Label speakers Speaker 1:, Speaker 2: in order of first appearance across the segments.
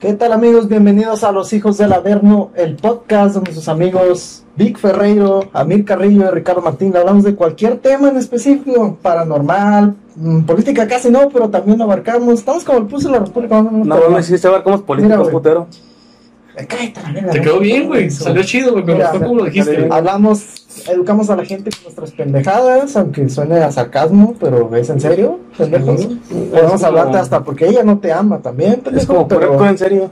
Speaker 1: ¿Qué tal amigos? Bienvenidos a Los Hijos del Averno, el podcast donde sus amigos Vic Ferreiro, Amir Carrillo y Ricardo Martín hablamos de cualquier tema en específico, paranormal, mm, política casi no, pero también lo abarcamos. Estamos como el puso de la República. No,
Speaker 2: No, no, no hiciste ver cómo es
Speaker 1: Mira,
Speaker 2: políticos,
Speaker 1: güey.
Speaker 2: putero.
Speaker 1: Cállate la verga,
Speaker 3: Te
Speaker 1: ¿no?
Speaker 3: quedó bien, güey.
Speaker 1: Eso.
Speaker 3: Salió chido, güey. Me
Speaker 1: Mira,
Speaker 3: gustó como lo dijiste.
Speaker 2: dale.
Speaker 1: Hablamos, educamos a la gente con nuestras pendejadas, aunque suene a sarcasmo, pero es en serio, pendejos. Podemos
Speaker 2: como-
Speaker 1: hablarte hasta porque ella no te ama también, pendejo,
Speaker 2: Es como
Speaker 1: pero,
Speaker 2: puro en serio.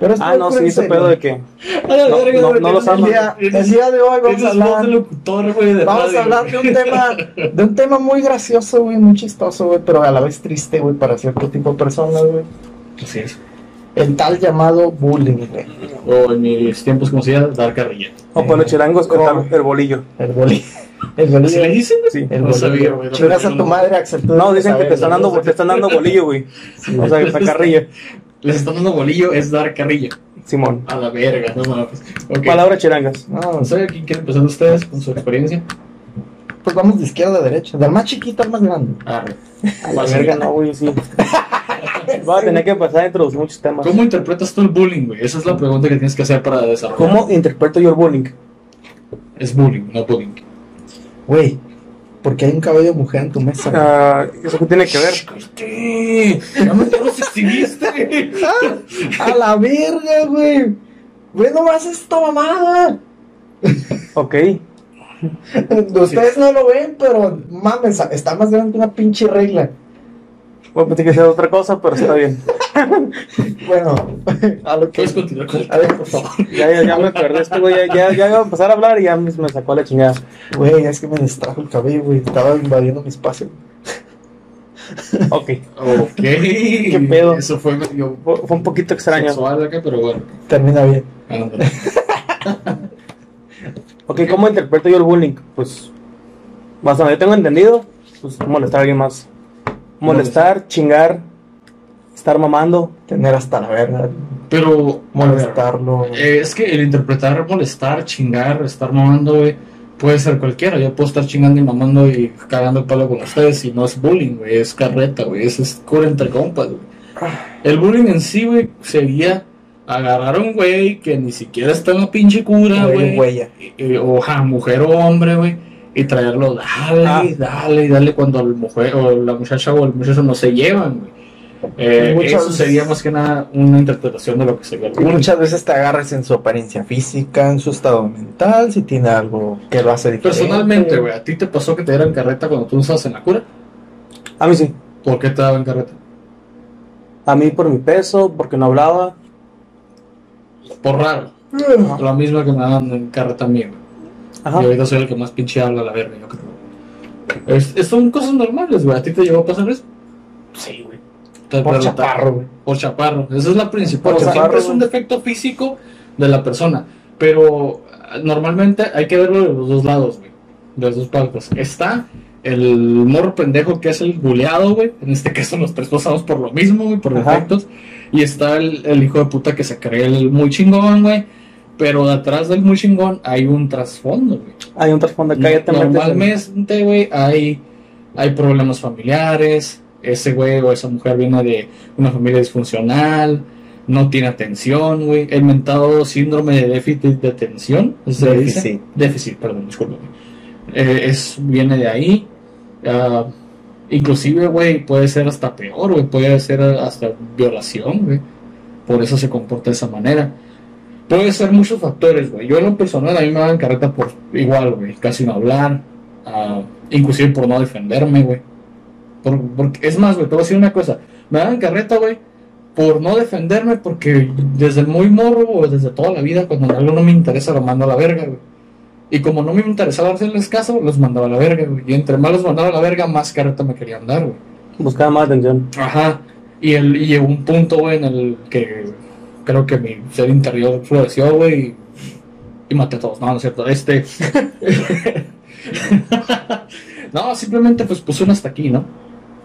Speaker 1: pero es
Speaker 2: Ah,
Speaker 1: puro
Speaker 2: no,
Speaker 1: cura
Speaker 2: sí,
Speaker 1: en
Speaker 2: ese
Speaker 1: serio.
Speaker 2: pedo de que.
Speaker 3: A la
Speaker 2: no,
Speaker 3: verga,
Speaker 2: no,
Speaker 3: güey,
Speaker 2: no los
Speaker 3: tienes-
Speaker 1: El
Speaker 2: ama.
Speaker 1: día, el día de hoy vamos a
Speaker 3: Tienes voz de
Speaker 1: hablar...
Speaker 3: locutor, güey. de
Speaker 1: Vamos
Speaker 3: radio,
Speaker 1: a hablar de
Speaker 3: güey.
Speaker 1: un tema, de un tema muy gracioso, güey, muy chistoso, güey, pero a la vez triste, güey, para cierto tipo de personas, güey.
Speaker 3: Así es.
Speaker 1: El tal llamado bullying, güey.
Speaker 3: O en mis tiempos, como se llama, dar carrilla.
Speaker 2: O para los chilangos,
Speaker 1: ¿Cómo? Eh,
Speaker 2: cortar el bolillo.
Speaker 1: El bullying. El bullying.
Speaker 3: ¿Así le dicen? güey?
Speaker 2: Sí.
Speaker 1: El
Speaker 3: No
Speaker 1: bullying.
Speaker 3: sabía, güey, no
Speaker 1: Chingas a
Speaker 3: sabía,
Speaker 1: tu
Speaker 3: no.
Speaker 1: madre, Axel. tú
Speaker 2: No,
Speaker 1: debes
Speaker 2: dicen que
Speaker 1: saber,
Speaker 2: te están
Speaker 1: pues, güey.
Speaker 2: dando, te están dando bolillo, güey. O sea, para carrilla.
Speaker 3: Les están dando bolillo, es dar carrilla.
Speaker 2: Simón.
Speaker 3: A la verga, no mames. Ok.
Speaker 2: Palabra chilangas.
Speaker 1: No,
Speaker 3: No sé, ¿quién quiere empezar ustedes con su experiencia?
Speaker 1: pues vamos de izquierda a derecha. Del más chiquito al más grande.
Speaker 3: Ah,
Speaker 2: A la verga, no, güey, sí. Va a tener que pasar a introducir muchos temas.
Speaker 3: ¿Cómo interpretas tú el bullying, güey? Esa es la pregunta que tienes que hacer para desarrollar.
Speaker 2: ¿Cómo interpreto yo el bullying?
Speaker 3: Es bullying, no bullying.
Speaker 1: Güey, ¿por qué hay un cabello de mujer en tu mesa? güey?
Speaker 2: Ah, ¿Eso qué tiene que ver?
Speaker 3: ¡Cállate! ¡Ya me los exhibiste!
Speaker 1: ¡A la verga, güey! Güey, no más esta mamada.
Speaker 2: Ok.
Speaker 1: Ustedes no lo ven, pero mames, está más grande que una pinche regla.
Speaker 2: Bueno, pensé que sea otra cosa, pero está bien.
Speaker 1: Bueno, a lo que.
Speaker 3: ¿Puedes continuar con
Speaker 1: A ver, por favor.
Speaker 2: Ya, ya, ya me acordé, este güey ya, ya, ya iba a empezar a hablar y ya me, me sacó a la chingada.
Speaker 1: Güey, es que me distrajo el cabello, güey. Estaba invadiendo mi espacio.
Speaker 2: Ok.
Speaker 3: Ok. ¿Qué
Speaker 2: pedo?
Speaker 3: Eso fue medio
Speaker 2: Fue fue un poquito extraño.
Speaker 3: sexual acá, pero bueno. Ah,
Speaker 1: Termina bien.
Speaker 3: Ándale.
Speaker 2: Ok, ¿cómo interpreto yo el bullying? Pues, más o menos, yo tengo entendido, pues, molestar a alguien más. Molestar, chingar, estar mamando.
Speaker 1: Tener hasta la verga.
Speaker 3: Pero, molestar.
Speaker 1: Molestarlo.
Speaker 3: eh, es que el interpretar, molestar, chingar, estar mamando, güey, puede ser cualquiera. Yo puedo estar chingando y mamando y cagando el palo con ustedes y no es bullying, güey, es carreta, güey, es, es cura entre compas, güey. El bullying en sí, güey, sería agarrar a un güey que ni siquiera está en la pinche cura,
Speaker 1: Güey,
Speaker 3: güey.
Speaker 1: huella.
Speaker 3: eh, o ja, mujer o hombre, güey, y traerlo, dale,
Speaker 2: Ah.
Speaker 3: dale, dale cuando el mujer o la muchacha o el muchacho no se llevan, güey. Eh,
Speaker 1: Muchas-
Speaker 3: eso sería más que nada una interpretación de lo que sería el
Speaker 1: Y
Speaker 3: bullying.
Speaker 1: muchas veces te agarras en su apariencia física, en su estado mental, si tiene algo que lo hace diferente.
Speaker 3: Personalmente, güey, ¿a ti te pasó que te dieran carreta cuando tú estabas en la cura?
Speaker 2: A mí sí.
Speaker 3: ¿Por qué te daban carreta?
Speaker 2: A mí por mi peso, porque no hablaba.
Speaker 3: Por raro.
Speaker 1: Ajá.
Speaker 3: Lo mismo que me daban en carreta a mí, güey.
Speaker 2: Ajá.
Speaker 3: Y ahorita soy el que más pinche habla a la verga, yo creo. Es- es- son cosas normales, güey. ¿A ti te llegó a pasar eso?
Speaker 1: Sí, güey.
Speaker 3: Te
Speaker 1: Por
Speaker 3: preguntaron.
Speaker 1: chaparro, güey.
Speaker 3: Por chaparro. Esa es la principal.
Speaker 2: Por
Speaker 3: Siempre
Speaker 2: chaparro,
Speaker 3: es un
Speaker 2: güey.
Speaker 3: defecto físico de la persona. Pero ah, normalmente hay que verlo de los dos lados, güey. De las dos partes. Está el morro pendejo que es el buleado, güey. En este caso los tres pasamos por lo mismo, güey, por
Speaker 2: Ajá.
Speaker 3: defectos. Y está el, el hijo de puta que se cree el muy chingón, güey. Pero detrás del muy chingón hay un trasfondo, güey.
Speaker 2: Hay un trasfondo, cállate. métete.
Speaker 3: Normalmente, güey, hay, hay problemas familiares. Ese güey o esa mujer viene de una familia disfuncional, no tiene atención, güey. El mentado síndrome de déficit de atención, ¿se le dice?
Speaker 1: Déficit.
Speaker 3: Déficit, perdón, discúlpame. Eh, es, viene de ahí. Ah, inclusive, güey, puede ser hasta peor, güey. Puede ser hasta violación, güey. Por eso se comporta de esa manera. Puede ser muchos factores, güey. Yo en lo personal a mí me daban carreta por igual, güey. Casi no hablar. ah, inclusive por no defenderme, güey. Por- porque, es más, güey, te voy a decir una cosa. Me daban carreta, güey, por no defenderme porque desde muy morro o desde toda la vida, cuando algo no me interesa, lo mando a la verga, güey. Y como no me interesaba hacerles caso, los mandaba a la verga, güey. Y entre más los mandaba a la verga, más carreta me querían dar, güey.
Speaker 2: Buscaba más atención.
Speaker 3: Ajá. Y, el, y llegó un punto, güey, en el que creo que mi ser interior floreció, güey, y, y maté a todos. No, no es cierto. Este. no, simplemente pues puse un hasta aquí, ¿no?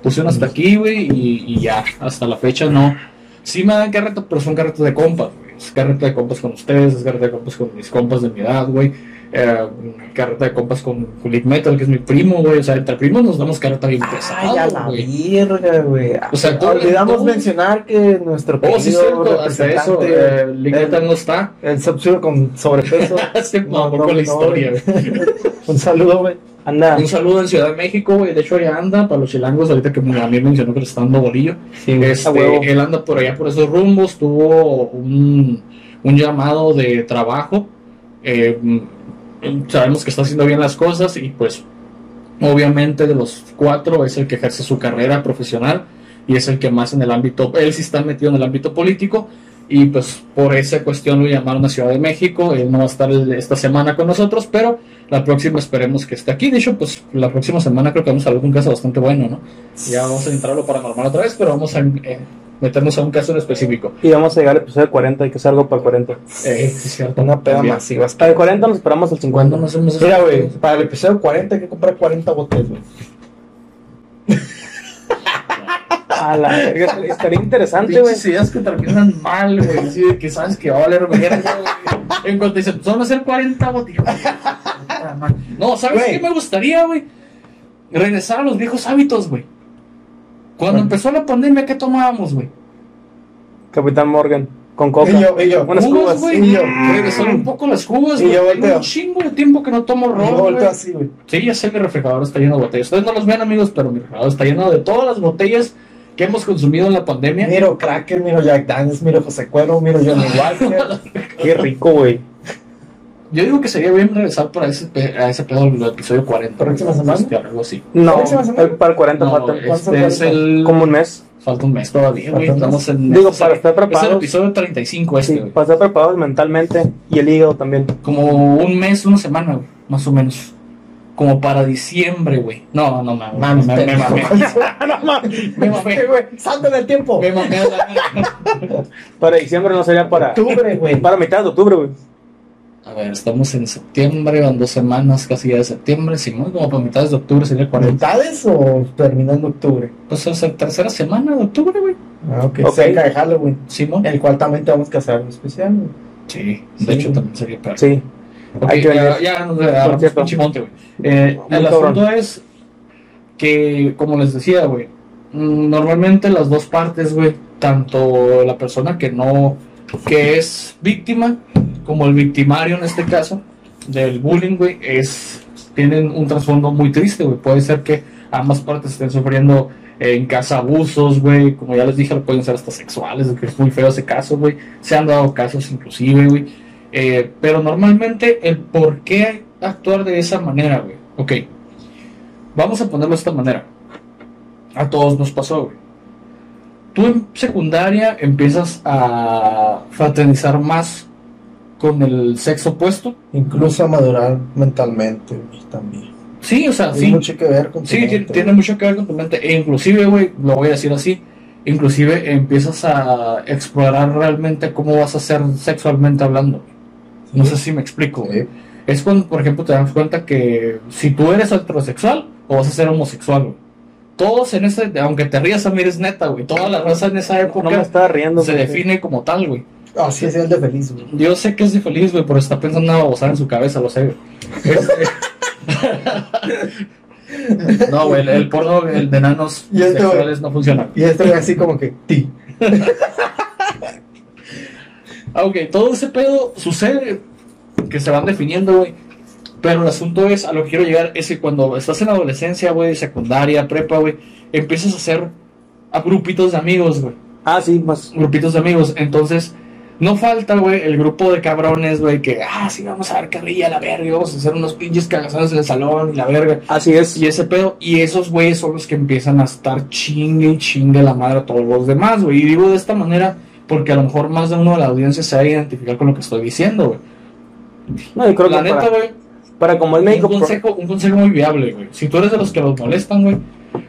Speaker 3: Puse un hasta aquí, güey, y, y ya. Hasta la fecha no. Sí me dan carretas, pero son carretas de compas, güey. Es carreta de compas con ustedes, es carreta de compas con mis compas de mi edad, güey. eh, carreta de compas con Kulik Metal, que es mi primo, güey. O sea, entre primos nos damos carreta bien
Speaker 1: Ay, a la
Speaker 3: pesada, güey.
Speaker 1: verga, Ah, güey. Ah,
Speaker 3: O sea, todo-
Speaker 1: olvidamos
Speaker 3: todo-
Speaker 1: mencionar que nuestro
Speaker 3: Oh, sí,
Speaker 1: querido
Speaker 3: cierto, hasta eso,
Speaker 1: representante,
Speaker 3: eh, Kulik
Speaker 1: el-
Speaker 3: Metal no está.
Speaker 1: el Sub-Zero con sobrepeso.
Speaker 3: Se
Speaker 1: No,
Speaker 3: mamó
Speaker 1: no,
Speaker 3: con
Speaker 1: no,
Speaker 3: la historia, güey.
Speaker 1: Un saludo, güey.
Speaker 2: Anda.
Speaker 3: Un saludo en Ciudad de México, güey. De hecho, allá anda para los chilangos. Ahorita que a mí mencionó que le está dando bolillo.
Speaker 2: Sí, a huevo.
Speaker 3: Este, él anda por allá, por esos rumbos. Tuvo un, un llamado de trabajo. Eh, mm, sabemos que está haciendo bien las cosas y pues obviamente de los cuatro es el que ejerce su carrera profesional y es el que más en el ámbito, él sí está metido en el ámbito político y pues por esa cuestión lo llamaron a Ciudad de México, él no va a estar el- esta semana con nosotros, pero la próxima esperemos que esté aquí, de hecho pues la próxima semana creo que vamos a hablar de un caso bastante bueno, ¿no? Ya vamos a entrar a lo paranormal otra vez, pero vamos a eh, meternos a un caso en específico.
Speaker 2: Y vamos a llegar al episodio 40, hay que hacer algo para el 40.
Speaker 3: Eh, sí, es cierto.
Speaker 1: Una peda
Speaker 3: También.
Speaker 1: masiva.
Speaker 2: Para el 40 nos esperamos al 50.
Speaker 3: ¿Cuándo nos hemos hecho-
Speaker 1: Mira, güey, para el episodio 40 hay que comprar 40 botes, güey.
Speaker 2: A la verga, estaría interesante, güey.
Speaker 3: Pinches ideas que terminan mal, güey. Así de que sabes que va a valer verga, güey. En cuanto dicen, son a ser 40 botillas. No, ¿sabes
Speaker 1: Güey.
Speaker 3: qué me gustaría, güey? Regresar a los viejos hábitos, güey. Cuando
Speaker 1: Bueno.
Speaker 3: empezó la pandemia, ¿qué tomábamos, güey?
Speaker 2: Capitán Morgan, con coca.
Speaker 1: Y yo, "Uh, y yo.
Speaker 2: Unas
Speaker 3: Cubas,
Speaker 2: cubas.
Speaker 3: güey.
Speaker 1: y yo.
Speaker 3: Regresaron un poco las cubas,
Speaker 1: Y
Speaker 3: güey.
Speaker 1: yo
Speaker 3: Tengo
Speaker 1: volteo.
Speaker 3: un chingo de tiempo que no tomo
Speaker 1: Y yo
Speaker 3: ron,
Speaker 1: volteo
Speaker 3: güey.
Speaker 1: así, güey.
Speaker 3: Sí, ya sé, mi refrigerador está lleno de botellas. Ustedes no los ven, amigos, pero mi refrigerador está lleno de todas las botellas que hemos consumido en la pandemia.
Speaker 1: Miro Cracker, miro Jack Daniels, miro José Cuero, miro Johnny Walker.
Speaker 2: Qué rico, güey.
Speaker 3: Yo digo que sería bien regresar para ese, pe- a ese pedo del episodio 40.
Speaker 1: ¿Próxima semana?
Speaker 3: Este, algo así.
Speaker 2: No,
Speaker 1: Próxima semana.
Speaker 2: el- para el 40
Speaker 3: No,
Speaker 2: falta
Speaker 3: este es el...
Speaker 2: como un mes.
Speaker 3: Falta un mes todavía, güey.
Speaker 1: Falta un mes.
Speaker 3: Estamos en...
Speaker 2: Digo,
Speaker 3: este-
Speaker 2: para estar
Speaker 3: Es el
Speaker 2: preparados.
Speaker 3: episodio 35 este,
Speaker 2: Sí,
Speaker 3: güey.
Speaker 2: para estar preparados mentalmente y el hígado también.
Speaker 3: Como un mes, una semana, güey, más o menos. Como para diciembre, güey. No, no, no, mames, me, me mamé.
Speaker 2: no mames.
Speaker 3: Me mamé.
Speaker 1: güey, salto en el tiempo.
Speaker 3: Me mamé.
Speaker 2: Para diciembre no sería para.
Speaker 1: Octubre, güey.
Speaker 2: Para mitad de octubre, güey.
Speaker 3: A ver, estamos en septiembre, van dos semanas casi ya de septiembre. Si no, como para mitades de octubre sería el 40.
Speaker 1: ¿Cuarentades o terminando octubre?
Speaker 3: Pues es la tercera semana de octubre, güey.
Speaker 1: Ah, ok.
Speaker 2: Ok.
Speaker 1: Cerca de Halloween.
Speaker 3: Si no.
Speaker 2: Eh,
Speaker 1: El cual también te vamos a hacer algo especial, güey.
Speaker 3: Sí, de
Speaker 1: Sí.
Speaker 3: hecho también sería peor.
Speaker 2: Sí.
Speaker 3: Ok,
Speaker 2: Hay que
Speaker 3: ya,
Speaker 2: vender.
Speaker 3: ya nos agarramos
Speaker 2: cierto.
Speaker 3: pinche monte, güey. Eh,
Speaker 2: Muy
Speaker 3: el
Speaker 2: cabrón.
Speaker 3: asunto es que, como les decía, güey, mm, normalmente las dos partes, güey, tanto la persona que no, que es víctima, como el victimario en este caso, del bullying, güey, es, tienen un trasfondo muy triste, güey. Puede ser que ambas partes estén sufriendo eh, en casa abusos, güey, como ya les dije, pueden ser hasta sexuales, que es muy feo ese caso, güey. Se han dado casos inclusive, güey. Eh, pero normalmente el por qué actuar de esa manera, güey. Ok, vamos a ponerlo de esta manera. A todos nos pasó, güey. Tú en secundaria empiezas a fraternizar más con el sexo opuesto.
Speaker 1: Incluso a madurar mentalmente güey, también.
Speaker 3: Sí, o sea,
Speaker 1: Tiene
Speaker 3: ¿Ah, sí.
Speaker 1: mucho que ver con tu
Speaker 3: Sí,
Speaker 1: mente,
Speaker 3: tiene, tiene mucho que ver con tu mente. E inclusive, güey, lo voy a decir así. Inclusive empiezas a explorar realmente cómo vas a ser sexualmente hablando.
Speaker 1: güey.
Speaker 3: No sé si me explico. güey.
Speaker 1: Sí.
Speaker 3: Es cuando, por ejemplo, te das cuenta que si tú eres heterosexual o vas a ser homosexual, güey. Todos en ese, aunque te rías, a mí eres neta, güey. Toda la raza en esa
Speaker 2: No me
Speaker 3: época
Speaker 2: estaba riendo.
Speaker 3: se
Speaker 2: güey.
Speaker 3: define como tal, güey.
Speaker 1: Así es el de feliz, güey.
Speaker 3: Yo sé que es de feliz, güey, pero está pensando una babosada en su cabeza, lo sé, güey. Este- No, güey, el, el porno el de enanos
Speaker 1: Y este, güey.
Speaker 3: sexuales no funciona.
Speaker 1: Y este güey así como que, ti.
Speaker 3: Ah, ok, todo ese pedo sucede, que se van definiendo, güey. Pero el asunto es, a lo que quiero llegar, es que cuando estás en adolescencia, güey, secundaria, prepa, güey, empiezas a hacer a grupitos de amigos, güey.
Speaker 2: Ah, sí, más.
Speaker 3: grupitos de amigos. Entonces, no falta, güey, el grupo de cabrones, güey, que, ah, sí, vamos a dar carrilla, la verga, y vamos a hacer unos pinches cagazados en el salón, y la verga.
Speaker 2: Así es.
Speaker 3: Y ese pedo, y esos güeyes son los que empiezan a estar chingue y chingue la madre a todos los demás, güey. Y digo de esta manera porque a lo mejor más de uno de la audiencia se va a identificar con lo que estoy diciendo, güey.
Speaker 2: No, yo creo
Speaker 3: La
Speaker 2: que
Speaker 3: neta,
Speaker 2: para,
Speaker 3: güey,
Speaker 2: para como es médico,
Speaker 3: un,
Speaker 2: por-
Speaker 3: consejo, un consejo muy viable, güey. Si tú eres de los que los molestan, güey,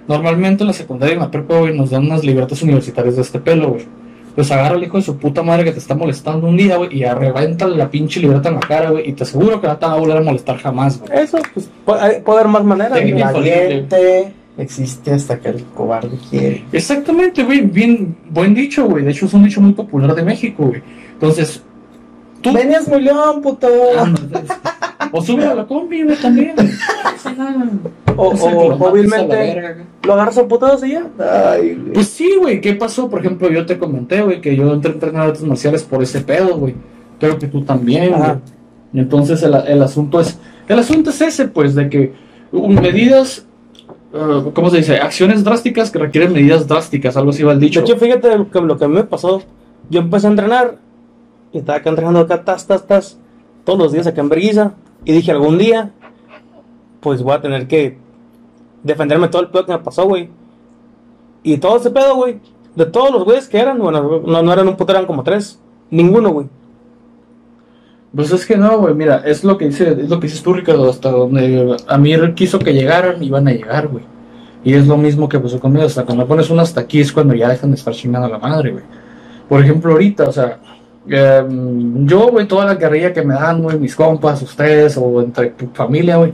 Speaker 3: normalmente en la secundaria y en la prepa, güey, nos dan unas libertas universitarias de este pelo, güey. Pues agarra al hijo de su puta madre que te está molestando un día, güey, y arrevéntale la pinche libreta en la cara, güey, y te aseguro que no te va a volver a molestar jamás, güey.
Speaker 2: eso, pues po- hay- puede haber más maneras.
Speaker 3: Sí.
Speaker 1: El
Speaker 2: güey.
Speaker 1: valiente existe hasta que el cobarde quiere.
Speaker 3: Exactamente, güey, bien, buen dicho, güey. De hecho, es un dicho muy popular de México, güey. Entonces, tú...
Speaker 2: Oh.
Speaker 1: Venías muy león, puto.
Speaker 3: Ah, O sube a la combi, güey, también.
Speaker 2: O,
Speaker 3: sea,
Speaker 2: o,
Speaker 3: que lo mates a la
Speaker 2: obviamente
Speaker 3: verga, güey.
Speaker 2: lo agarras a putadas y ya.
Speaker 1: Ay, güey.
Speaker 3: Pues sí, güey, ¿qué pasó? Por ejemplo, yo te comenté, güey, que yo entré a entrenar artes marciales por ese pedo, güey. Creo que tú también, güey.
Speaker 2: Ajá.
Speaker 3: Entonces el, el asunto es, el asunto es ese, pues, de que uh, medidas, uh, ¿cómo se dice? Acciones drásticas que requieren medidas drásticas, algo así va el
Speaker 2: De
Speaker 3: dicho.
Speaker 2: hecho, fíjate lo que, lo que a mí me pasó. Yo empecé a entrenar y estaba acá entrenando acá, tas, tas, tas, todos los días acá en Berguiza. Y dije, algún día, pues voy a tener que defenderme todo el pedo que me pasó, güey. Y todo ese pedo, güey. De todos los güeyes que eran, bueno, no, no eran un puto, eran como tres. Ninguno, güey.
Speaker 3: Pues es que no, güey, mira, es lo que dice, es lo que dices tú, Ricardo, hasta donde a mí él quiso que llegaran, iban a llegar, güey. Y es lo mismo que pasó conmigo, hasta cuando pones un hasta aquí es cuando ya dejan de estar chingando a la madre, güey. Por ejemplo, ahorita, o sea, em, yo, güey, toda la carrilla que me dan, güey, mis compas, ustedes, o entre tu familia, güey,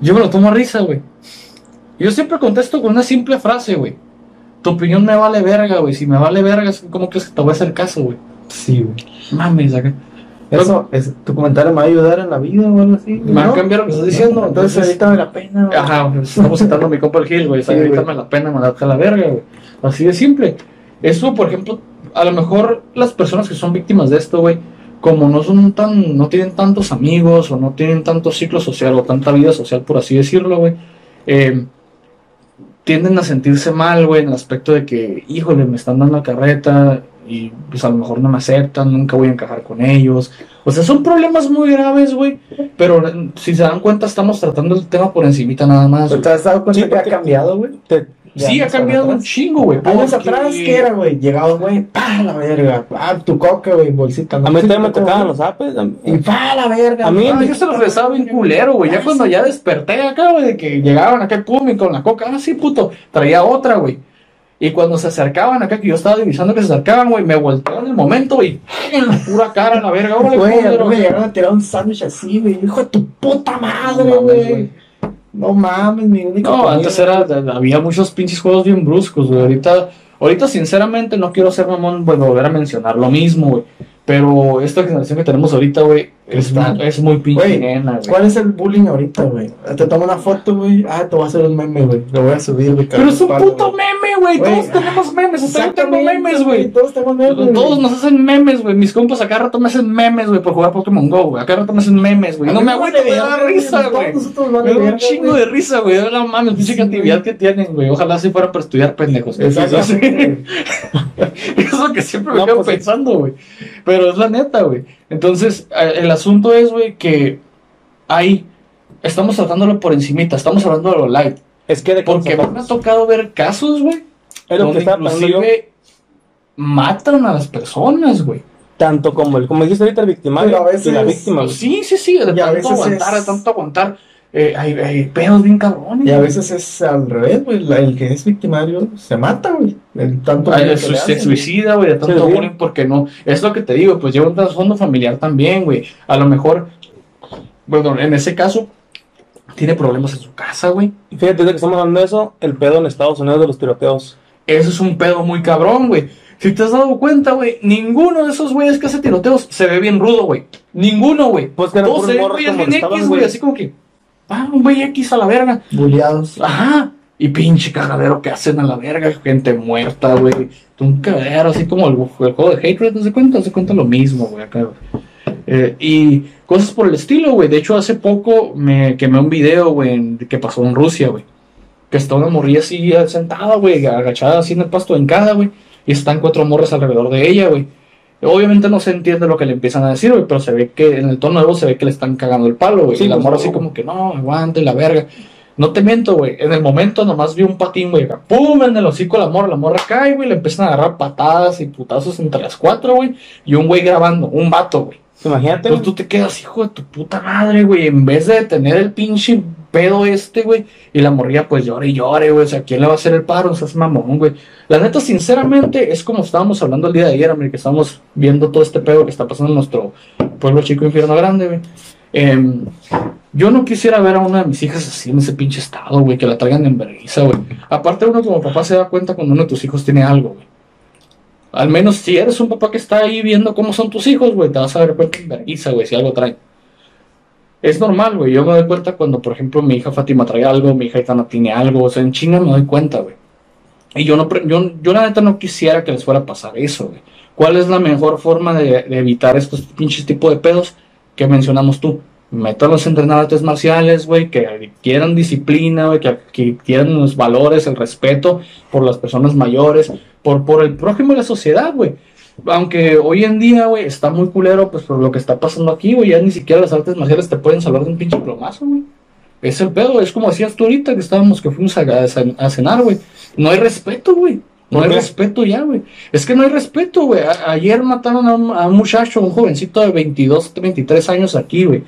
Speaker 3: yo me lo tomo a risa, güey. Yo siempre contesto con una simple frase, güey. Tu opinión me vale verga, güey. Si me vale verga, ¿cómo crees que te voy a hacer caso, güey?
Speaker 1: Sí, güey.
Speaker 3: Mames, acá.
Speaker 1: Eso, es, tu comentario me va a ayudar en la vida o algo así.
Speaker 3: Me va a cambiar lo que estás diciendo,
Speaker 1: Entonces,
Speaker 3: entonces-
Speaker 1: ahorita me la pena. güey.
Speaker 3: Ajá, pues, estamos sentando a mi compa el Gil, güey. O sea,
Speaker 1: Sí, güey.
Speaker 3: evitarme la pena, me la deja la verga, güey. Así de simple. Eso, por ejemplo, a lo mejor las personas que son víctimas de esto, güey, como no son tan, no tienen tantos amigos o no tienen tanto ciclo social o tanta vida social, por así decirlo, güey, eh, tienden a sentirse mal, güey, en el aspecto de que, híjole, me están dando carreta y pues a lo mejor no me aceptan, nunca voy a encajar con ellos. O sea, son problemas muy graves, güey, pero eh, si se dan cuenta estamos tratando el tema por encimita nada más.
Speaker 1: Pues,
Speaker 3: güey.
Speaker 1: ¿Te has dado cuenta
Speaker 2: Sí,
Speaker 1: que ha
Speaker 2: porque-
Speaker 1: cambiado, güey?
Speaker 2: Te-
Speaker 1: Ya,
Speaker 3: Sí, ha
Speaker 1: años
Speaker 3: cambiado un
Speaker 1: atrás.
Speaker 3: chingo, güey.
Speaker 1: Años
Speaker 3: porque-
Speaker 1: atrás, ¿qué era, güey? Llegaba, un güey, pa, la verga. Pa, tu coca, güey, bolsita.
Speaker 2: a mí
Speaker 1: Sí,
Speaker 2: también me
Speaker 1: coca,
Speaker 2: tocaban
Speaker 1: güey.
Speaker 2: los apes. a-
Speaker 1: Y pa, la verga.
Speaker 2: A mí-
Speaker 1: pa,
Speaker 3: Ah, yo se los regresaba bien culero, güey. Ya cuando ya desperté acá, güey, de que llegaban acá, pum, y con la coca, ah, sí, puto, traía otra, güey. Y cuando se acercaban acá, que yo estaba divisando que se acercaban, güey, me voltearon en el momento y en la pura cara, la verga, órale,
Speaker 1: Güey, a mí
Speaker 3: culero.
Speaker 1: me llegaron a tirar un sándwich así, güey. Hijo de tu puta madre,
Speaker 3: No mames,
Speaker 1: güey.
Speaker 3: güey.
Speaker 1: No mames, mi único.
Speaker 3: No,
Speaker 1: comida.
Speaker 3: antes era, había muchos pinches juegos bien bruscos, güey. Ahorita, ahorita sinceramente, no quiero ser mamón, bueno, volver a mencionar lo mismo, güey. Pero esta generación que tenemos ahorita, güey, es,
Speaker 1: Está-
Speaker 3: muy- es muy pinche
Speaker 1: Güey,
Speaker 3: nena, güey.
Speaker 1: ¿Cuál es el bullying ahorita, güey? Te tomo una foto, güey. Ah, te voy a hacer un meme, güey. Lo voy a subir, güey.
Speaker 3: Pero es un
Speaker 1: Palo,
Speaker 3: puto
Speaker 1: güey.
Speaker 3: meme,
Speaker 1: Güey,
Speaker 3: güey. Todos tenemos memes. Hasta yo tengo
Speaker 1: Exactamente,
Speaker 3: memes, güey.
Speaker 1: Todos tenemos memes. güey.
Speaker 3: Todos nos hacen memes, güey. Mis compas acá rato me hacen memes, güey, por jugar Pokémon Go, güey. Acá rato me hacen memes, güey.
Speaker 1: A
Speaker 3: No
Speaker 1: mí
Speaker 3: me aguanto, me da
Speaker 1: vale
Speaker 3: risa,
Speaker 1: verga,
Speaker 3: güey.
Speaker 1: Todos nosotros nos
Speaker 3: Me
Speaker 1: vale
Speaker 3: da un
Speaker 1: verga,
Speaker 3: chingo
Speaker 1: güey.
Speaker 3: de risa, güey. No la mames, pinche
Speaker 1: Sí, güey.
Speaker 3: creatividad que tienen, güey. Ojalá se fueran para estudiar pendejos.
Speaker 1: Exactamente. güey.
Speaker 3: Es lo que siempre me
Speaker 1: No,
Speaker 3: quedo
Speaker 1: pues sí.
Speaker 3: pensando, güey. Pero es la neta, güey. Entonces, a- el asunto es, güey, que ahí estamos tratándolo por encimita, estamos hablando de lo light.
Speaker 2: Es que de
Speaker 3: Porque me ha tocado ver casos, güey,
Speaker 2: es lo que
Speaker 3: donde
Speaker 2: estaba pensando yo.
Speaker 3: inclusive matan a las personas, güey.
Speaker 2: Tanto como el, como dijiste ahorita, el victimario
Speaker 1: Pero a veces-
Speaker 2: y la víctima. güey.
Speaker 3: Sí, sí, sí, de
Speaker 1: Y a
Speaker 3: tanto
Speaker 1: veces
Speaker 3: aguantar,
Speaker 1: es-
Speaker 3: de tanto aguantar. eh, hay, hay pedos bien cabrones.
Speaker 1: Y a
Speaker 3: güey.
Speaker 1: veces es al revés, güey. La- El que es victimario se mata, güey. El tanto
Speaker 3: Ay,
Speaker 1: que le
Speaker 3: su-
Speaker 1: hacen,
Speaker 3: se suicida, güey, de tanto
Speaker 2: Sí, sí.
Speaker 3: bullying, porque no. Es lo que te digo, pues lleva un trasfondo familiar también, güey. A lo mejor, bueno, en ese caso, tiene problemas en su casa, güey.
Speaker 2: Fíjate, ahorita que estamos hablando de eso, el pedo en Estados Unidos de los tiroteos.
Speaker 3: Eso es un pedo muy cabrón, güey. Si te has dado cuenta, güey, ninguno de esos güeyes que hace tiroteos se ve bien rudo, güey. Ninguno, güey.
Speaker 2: Pues que eran
Speaker 3: Todos
Speaker 2: puros
Speaker 3: se ven
Speaker 2: morros que
Speaker 3: güeyes bien
Speaker 2: molestaban,
Speaker 3: X,
Speaker 2: güey.
Speaker 3: güey, así como que, ah, un güey X a la verga.
Speaker 1: Bulleados.
Speaker 3: Ajá. Y pinche cagadero que hacen a la verga, gente muerta, güey. Un cagadero, así como el, el juego de Hatred, no se cuenta, se cuenta lo mismo, güey, acá. Eh, y cosas por el estilo, güey. De hecho, hace poco me quemé un video, güey, en- que pasó en Rusia, güey. Que está una morrilla así eh, sentada, güey, agachada así en el pasto hincada, güey. Y están cuatro morras alrededor de ella, güey. Obviamente no se entiende lo que le empiezan a decir, güey, pero se ve que en el tono de voz se ve que le están cagando el palo, güey.
Speaker 2: Sí,
Speaker 3: y la
Speaker 2: pues,
Speaker 3: morra
Speaker 2: no.
Speaker 3: así como que no, aguante la verga. No te miento, güey. En el momento nomás vi un patín, güey. acá, ¡Pum! En el hocico la morra. La morra cae, güey. Le empiezan a agarrar patadas y putazos entre las cuatro, güey. Y un güey grabando. Un vato, güey.
Speaker 2: Imagínate.
Speaker 3: Entonces Pues tú te quedas, hijo de tu puta madre, güey. En vez de detener el pinche pedo este, güey. Y la morrilla, pues llore y llore, güey. O sea, ¿quién le va a hacer el paro? O sea, es mamón, güey. La neta, sinceramente, es como estábamos hablando el día de ayer, amigo, que estábamos viendo todo este pedo que está pasando en nuestro pueblo chico infierno grande, güey. Em, yo no quisiera ver a una de mis hijas así en ese pinche estado, güey, que la traigan en vergüenza, güey. Aparte, uno como papá se da cuenta cuando uno de tus hijos tiene algo, güey. Al menos si eres un papá que está ahí viendo cómo son tus hijos, güey, te vas a dar cuenta en vergüenza, güey, si algo traen. Es normal, güey. Yo me doy cuenta cuando, por ejemplo, mi hija Fátima trae algo, mi hija Itana tiene algo. O sea, en China me doy cuenta, güey. Y yo, no, pre- yo, yo la neta no quisiera que les fuera a pasar eso, güey. ¿Cuál es la mejor forma de, de evitar estos pinches tipos de pedos que mencionamos tú? Métalos a entrenar artes marciales, güey, que adquieran disciplina, güey, que adquieran los valores, el respeto por las personas mayores, por, por el prójimo de la sociedad, güey. Aunque hoy en día, güey, está muy culero, pues por lo que está pasando aquí, güey, ya ni siquiera las artes marciales te pueden salvar de un pinche plomazo, güey. Es el pedo, es como decías tú ahorita que estábamos, que fuimos a, a- a cenar, güey. No hay respeto, güey. No hay
Speaker 2: Ok.
Speaker 3: respeto ya, güey. Es que no hay respeto, güey. A- ayer mataron a un, a un muchacho, un jovencito de 22, 23 años aquí, güey.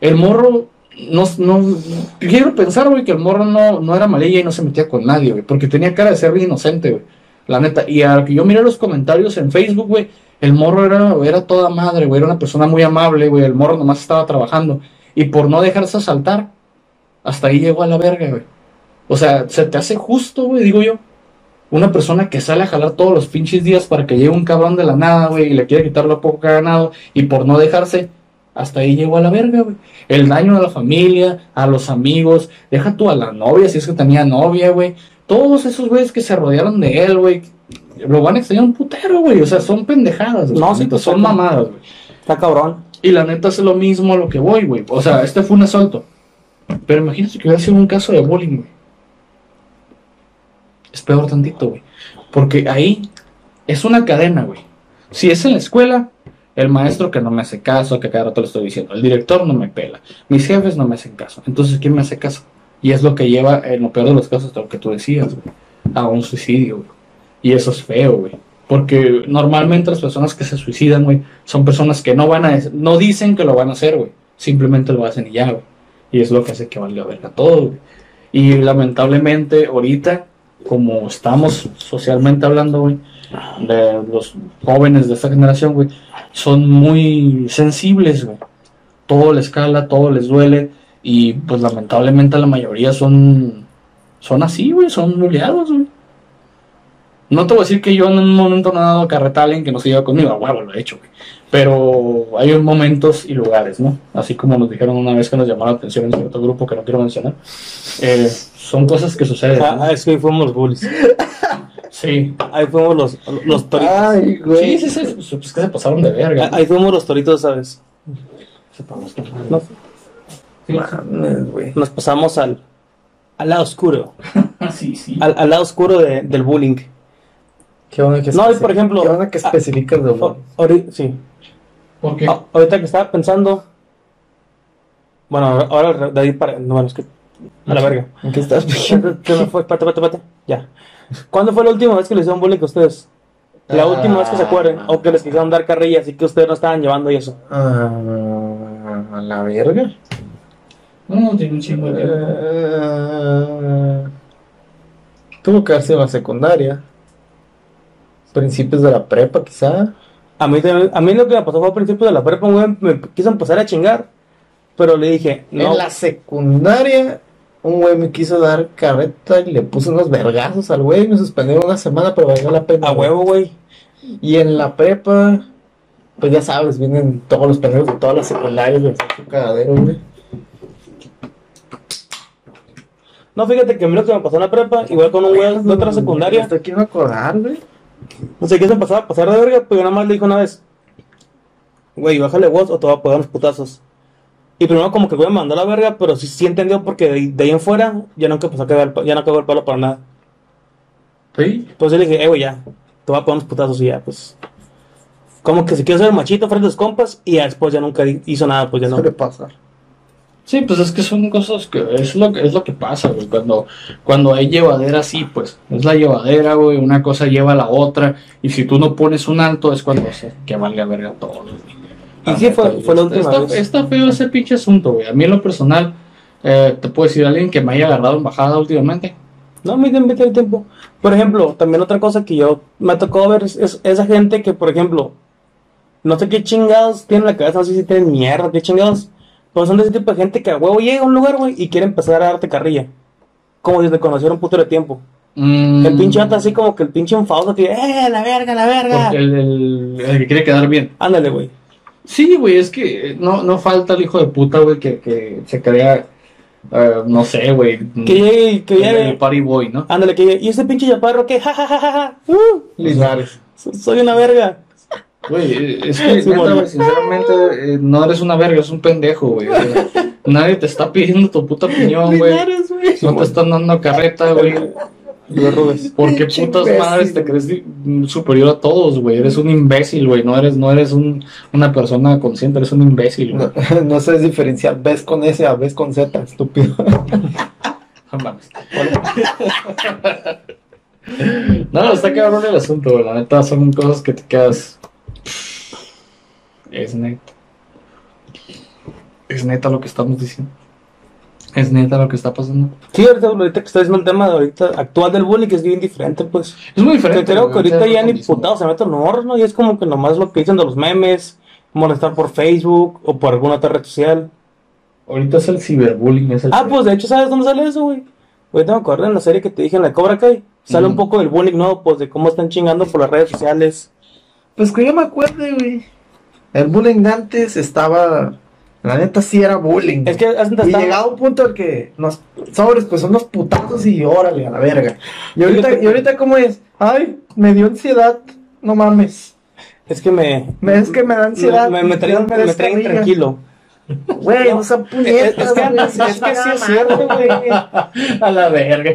Speaker 3: El morro, no, no, quiero pensar, güey, que el morro no, no era malilla y no se metía con nadie, güey. Porque tenía cara de ser bien inocente, güey. La neta. Y al que yo miré los comentarios en Facebook, güey, el morro era, era toda madre, güey. Era una persona muy amable, güey. El morro nomás estaba trabajando. Y por no dejarse asaltar, hasta ahí llegó a la verga, güey. O sea, se te hace justo, güey, digo yo. Una persona que sale a jalar todos los pinches días para que llegue un cabrón de la nada, güey, y le quiere quitar lo poco que ha ganado, y por no dejarse, hasta ahí llegó a la verga, güey. El daño a la familia, a los amigos, deja tú a la novia, si es que tenía novia, güey. Todos esos güeyes que se rodearon de él, güey, lo van a extrañar un putero, güey. O sea, son pendejadas, güey.
Speaker 2: No, sí,
Speaker 3: Neta,
Speaker 2: pues,
Speaker 3: son
Speaker 2: saca.
Speaker 3: mamadas, güey.
Speaker 2: Está cabrón.
Speaker 3: Y la neta es lo mismo a lo que voy, güey. O sea, este fue un asalto. Pero imagínate que hubiera sido un caso de bullying, güey. Es peor tantito, güey. Porque ahí es una cadena, güey. Si es en la escuela, el maestro que no me hace caso, que cada rato le estoy diciendo, el director no me pela, mis jefes no me hacen caso. Entonces, ¿quién me hace caso? Y es lo que lleva, en lo peor de los casos, a lo que tú decías, güey, a un suicidio, güey. Y eso es feo, güey. Porque normalmente las personas que se suicidan, güey, son personas que no van a, no dicen que lo van a hacer, güey. Simplemente lo hacen y ya, güey. Y es lo que hace que valga verga todo, güey. Y lamentablemente, ahorita, como estamos socialmente hablando, güey, de los jóvenes de esta generación, güey, son muy sensibles, güey. Todo les cala, todo les duele. Y pues lamentablemente la mayoría son, son así, güey, son buleados, güey. No te voy a decir que yo en un momento no he dado carreta a alguien que no se lleva conmigo, a huevo lo he hecho, güey. Pero hay momentos y lugares, ¿no? Así como nos dijeron una vez que nos llamó la atención en cierto grupo que no quiero mencionar. Eh, son cosas que suceden. ¿no?
Speaker 2: Ah, es que ahí fuimos los bullies.
Speaker 3: Sí.
Speaker 2: Ahí fuimos los, los toritos. Ah,
Speaker 1: Ay,
Speaker 3: Sí,
Speaker 1: güey.
Speaker 3: sí, sí, pues, pues, que se pasaron de verga.
Speaker 2: Ahí fuimos los toritos, ¿sabes?
Speaker 3: Se pasaron de verga.
Speaker 2: Nos,
Speaker 3: Sí,
Speaker 1: Mames, güey.
Speaker 2: nos pasamos al, al lado oscuro.
Speaker 3: Ah, sí, sí.
Speaker 2: Al, al lado oscuro de- del bullying.
Speaker 1: Qué bueno que
Speaker 2: No, y
Speaker 1: especi-
Speaker 2: por ejemplo-
Speaker 1: Qué
Speaker 3: ah,
Speaker 1: bueno que especificas de
Speaker 2: O-
Speaker 1: humor.
Speaker 2: ori- sí.
Speaker 3: Porque
Speaker 2: A- ahorita que estaba pensando. Bueno, ahora- ahora de ahí para. No, bueno, es que. A la verga.
Speaker 1: ¿En qué estás pensando?
Speaker 2: Se me fue. Espérate, espérate, espérate. Ya. ¿Cuándo fue la última vez que les hicieron bullying a ustedes? La
Speaker 3: Ah.
Speaker 2: última vez que se acuerden. O que les quisieron dar carrilla, así que ustedes no estaban llevando y eso.
Speaker 1: Ah, a la verga.
Speaker 3: no, no tiene un chingo de tiempo.
Speaker 1: Eh, tuvo que haber sido en la secundaria. Principios de la prepa, quizá.
Speaker 2: A mí, también- a mí lo que me pasó fue al principio de la prepa, un güey me quiso empezar a chingar. Pero le dije, no.
Speaker 1: En la secundaria, un güey me quiso dar carreta y le puse unos vergazos al güey. Me suspendieron una semana, pero valió la pena.
Speaker 2: A
Speaker 1: güey.
Speaker 2: huevo, güey.
Speaker 1: Y en la prepa, pues ya sabes, vienen todos los pendejos de todas las secundarias de su cagadero, güey.
Speaker 2: No, fíjate que a mí lo que me pasó en la prepa, igual con un güey de otra secundaria,
Speaker 1: Hasta quiero acordar, güey.
Speaker 2: no sé qué se pasaba a pasar de verga, pero yo nada más le dije una vez, güey, bájale voz o te voy a pegar unos putazos. Y primero como que el güey me mandó a la verga, pero sí, sí entendió porque de, de ahí en fuera ya nunca empezó a cagar, el pa- ya no cagó el palo para nada.
Speaker 3: Sí.
Speaker 2: Entonces le dije, eh, güey, ya, te voy a pegar unos putazos y ya, pues. Como que se quiso hacer machito frente a sus compas y ya después ya nunca di- hizo nada, pues ya no.
Speaker 1: Suele pasar.
Speaker 3: Sí, pues es que son cosas que es lo que es lo que pasa, güey, cuando cuando hay llevadera así, pues es la llevadera, güey, una cosa lleva a la otra y si tú no pones un alto es cuando se- que valga verga todo. güey.
Speaker 2: Y sí, fue- fue la última
Speaker 3: está,
Speaker 2: vez.
Speaker 3: está feo ese pinche asunto, güey. A mí en lo personal eh, te puedo decir a alguien que me haya agarrado en bajada últimamente.
Speaker 2: No, me dieron el tiempo. Por ejemplo, también otra cosa que yo me ha tocado ver es, es esa gente que, por ejemplo, no sé qué chingados tienen en la cabeza, no sé si tienen mierda, qué chingados. Pero son de ese tipo de gente que a huevo llega a un lugar, güey, y quiere empezar a darte carrilla. Como si te conociera un puto de tiempo.
Speaker 3: Mm,
Speaker 2: El pinche vato así como que el pinche enfado, que, ¡eh, la verga, la verga!
Speaker 3: porque el, el- el que quiere quedar bien.
Speaker 2: Ándale, güey.
Speaker 3: Sí, güey, es que eh, no, no falta el hijo de puta, güey, que, que se crea, eh, no sé, güey, mm,
Speaker 2: Que llegue, y- que
Speaker 3: el,
Speaker 2: llegue.
Speaker 3: el party boy, ¿no?
Speaker 2: Ándale, que llegue. ¿Y ese pinche chaparro que Ja, ja, ja, ja, ja. Uh,
Speaker 3: Linares.
Speaker 2: so- soy una verga.
Speaker 3: Güey, eh, es que,
Speaker 2: Sí,
Speaker 3: neta,
Speaker 2: bueno.
Speaker 3: güey, sinceramente, eh, no eres una verga, eres un pendejo, güey. O sea, Nadie te está pidiendo tu puta opinión, güey.
Speaker 2: Linares, güey.
Speaker 3: No te están dando carreta, güey.
Speaker 2: Los rubes.
Speaker 3: ¿Por qué
Speaker 1: Pinche
Speaker 3: putas
Speaker 1: imbécil,
Speaker 3: madres te
Speaker 1: güey.
Speaker 3: crees di- mm, superior a todos, güey? Eres un imbécil, güey. No eres, no eres un, una persona consciente, eres un imbécil, güey.
Speaker 4: No, no sabes diferenciar ves con S a ves con Z, estúpido.
Speaker 3: No mames. No, está cabrón el asunto, güey. La neta son cosas que te quedas. Es neta. Es neta lo que estamos diciendo. Es neta lo que está pasando.
Speaker 2: Sí, ahorita, ahorita que ustedes el tema de ahorita actual del bullying que es bien diferente, pues.
Speaker 3: Es muy
Speaker 2: Que
Speaker 3: diferente.
Speaker 2: creo
Speaker 3: güey,
Speaker 2: que
Speaker 3: o sea,
Speaker 2: ahorita
Speaker 3: no
Speaker 2: ya
Speaker 3: es
Speaker 2: ni
Speaker 3: lo mismo.
Speaker 2: putados se meten en horno y es como que nomás lo que dicen de los memes, molestar por Facebook o por alguna otra red social.
Speaker 3: Ahorita es el ciberbullying. Es el
Speaker 2: Ah, pues de hecho, ¿sabes dónde sale eso, güey? Ahorita me acuerdo en la serie que te dije en la Cobra Kai. Sale un
Speaker 3: Ujú.
Speaker 2: poco del bullying, ¿no? Pues de cómo están chingando por las redes sociales.
Speaker 4: Pues que yo me acuerde, güey. El bullying de antes estaba. La neta sí era bullying.
Speaker 2: Es que
Speaker 4: Y
Speaker 2: antes estaba-
Speaker 4: llegaba un punto al que nos sobres, pues son los putazos y órale a la verga. Y ahorita,
Speaker 2: Fíjate-
Speaker 4: y ahorita cómo es, ay, me dio ansiedad, no mames.
Speaker 2: Es que me.
Speaker 4: Me- es que me da ansiedad.
Speaker 2: Me, me traen,
Speaker 4: Dios
Speaker 2: me
Speaker 4: descarga.
Speaker 2: traen tranquilo.
Speaker 4: Güey, no sean
Speaker 2: Es, es
Speaker 4: puñetas,
Speaker 2: que,
Speaker 4: güey.
Speaker 2: es, es que sí es cierto, güey. pues.
Speaker 3: A la verga.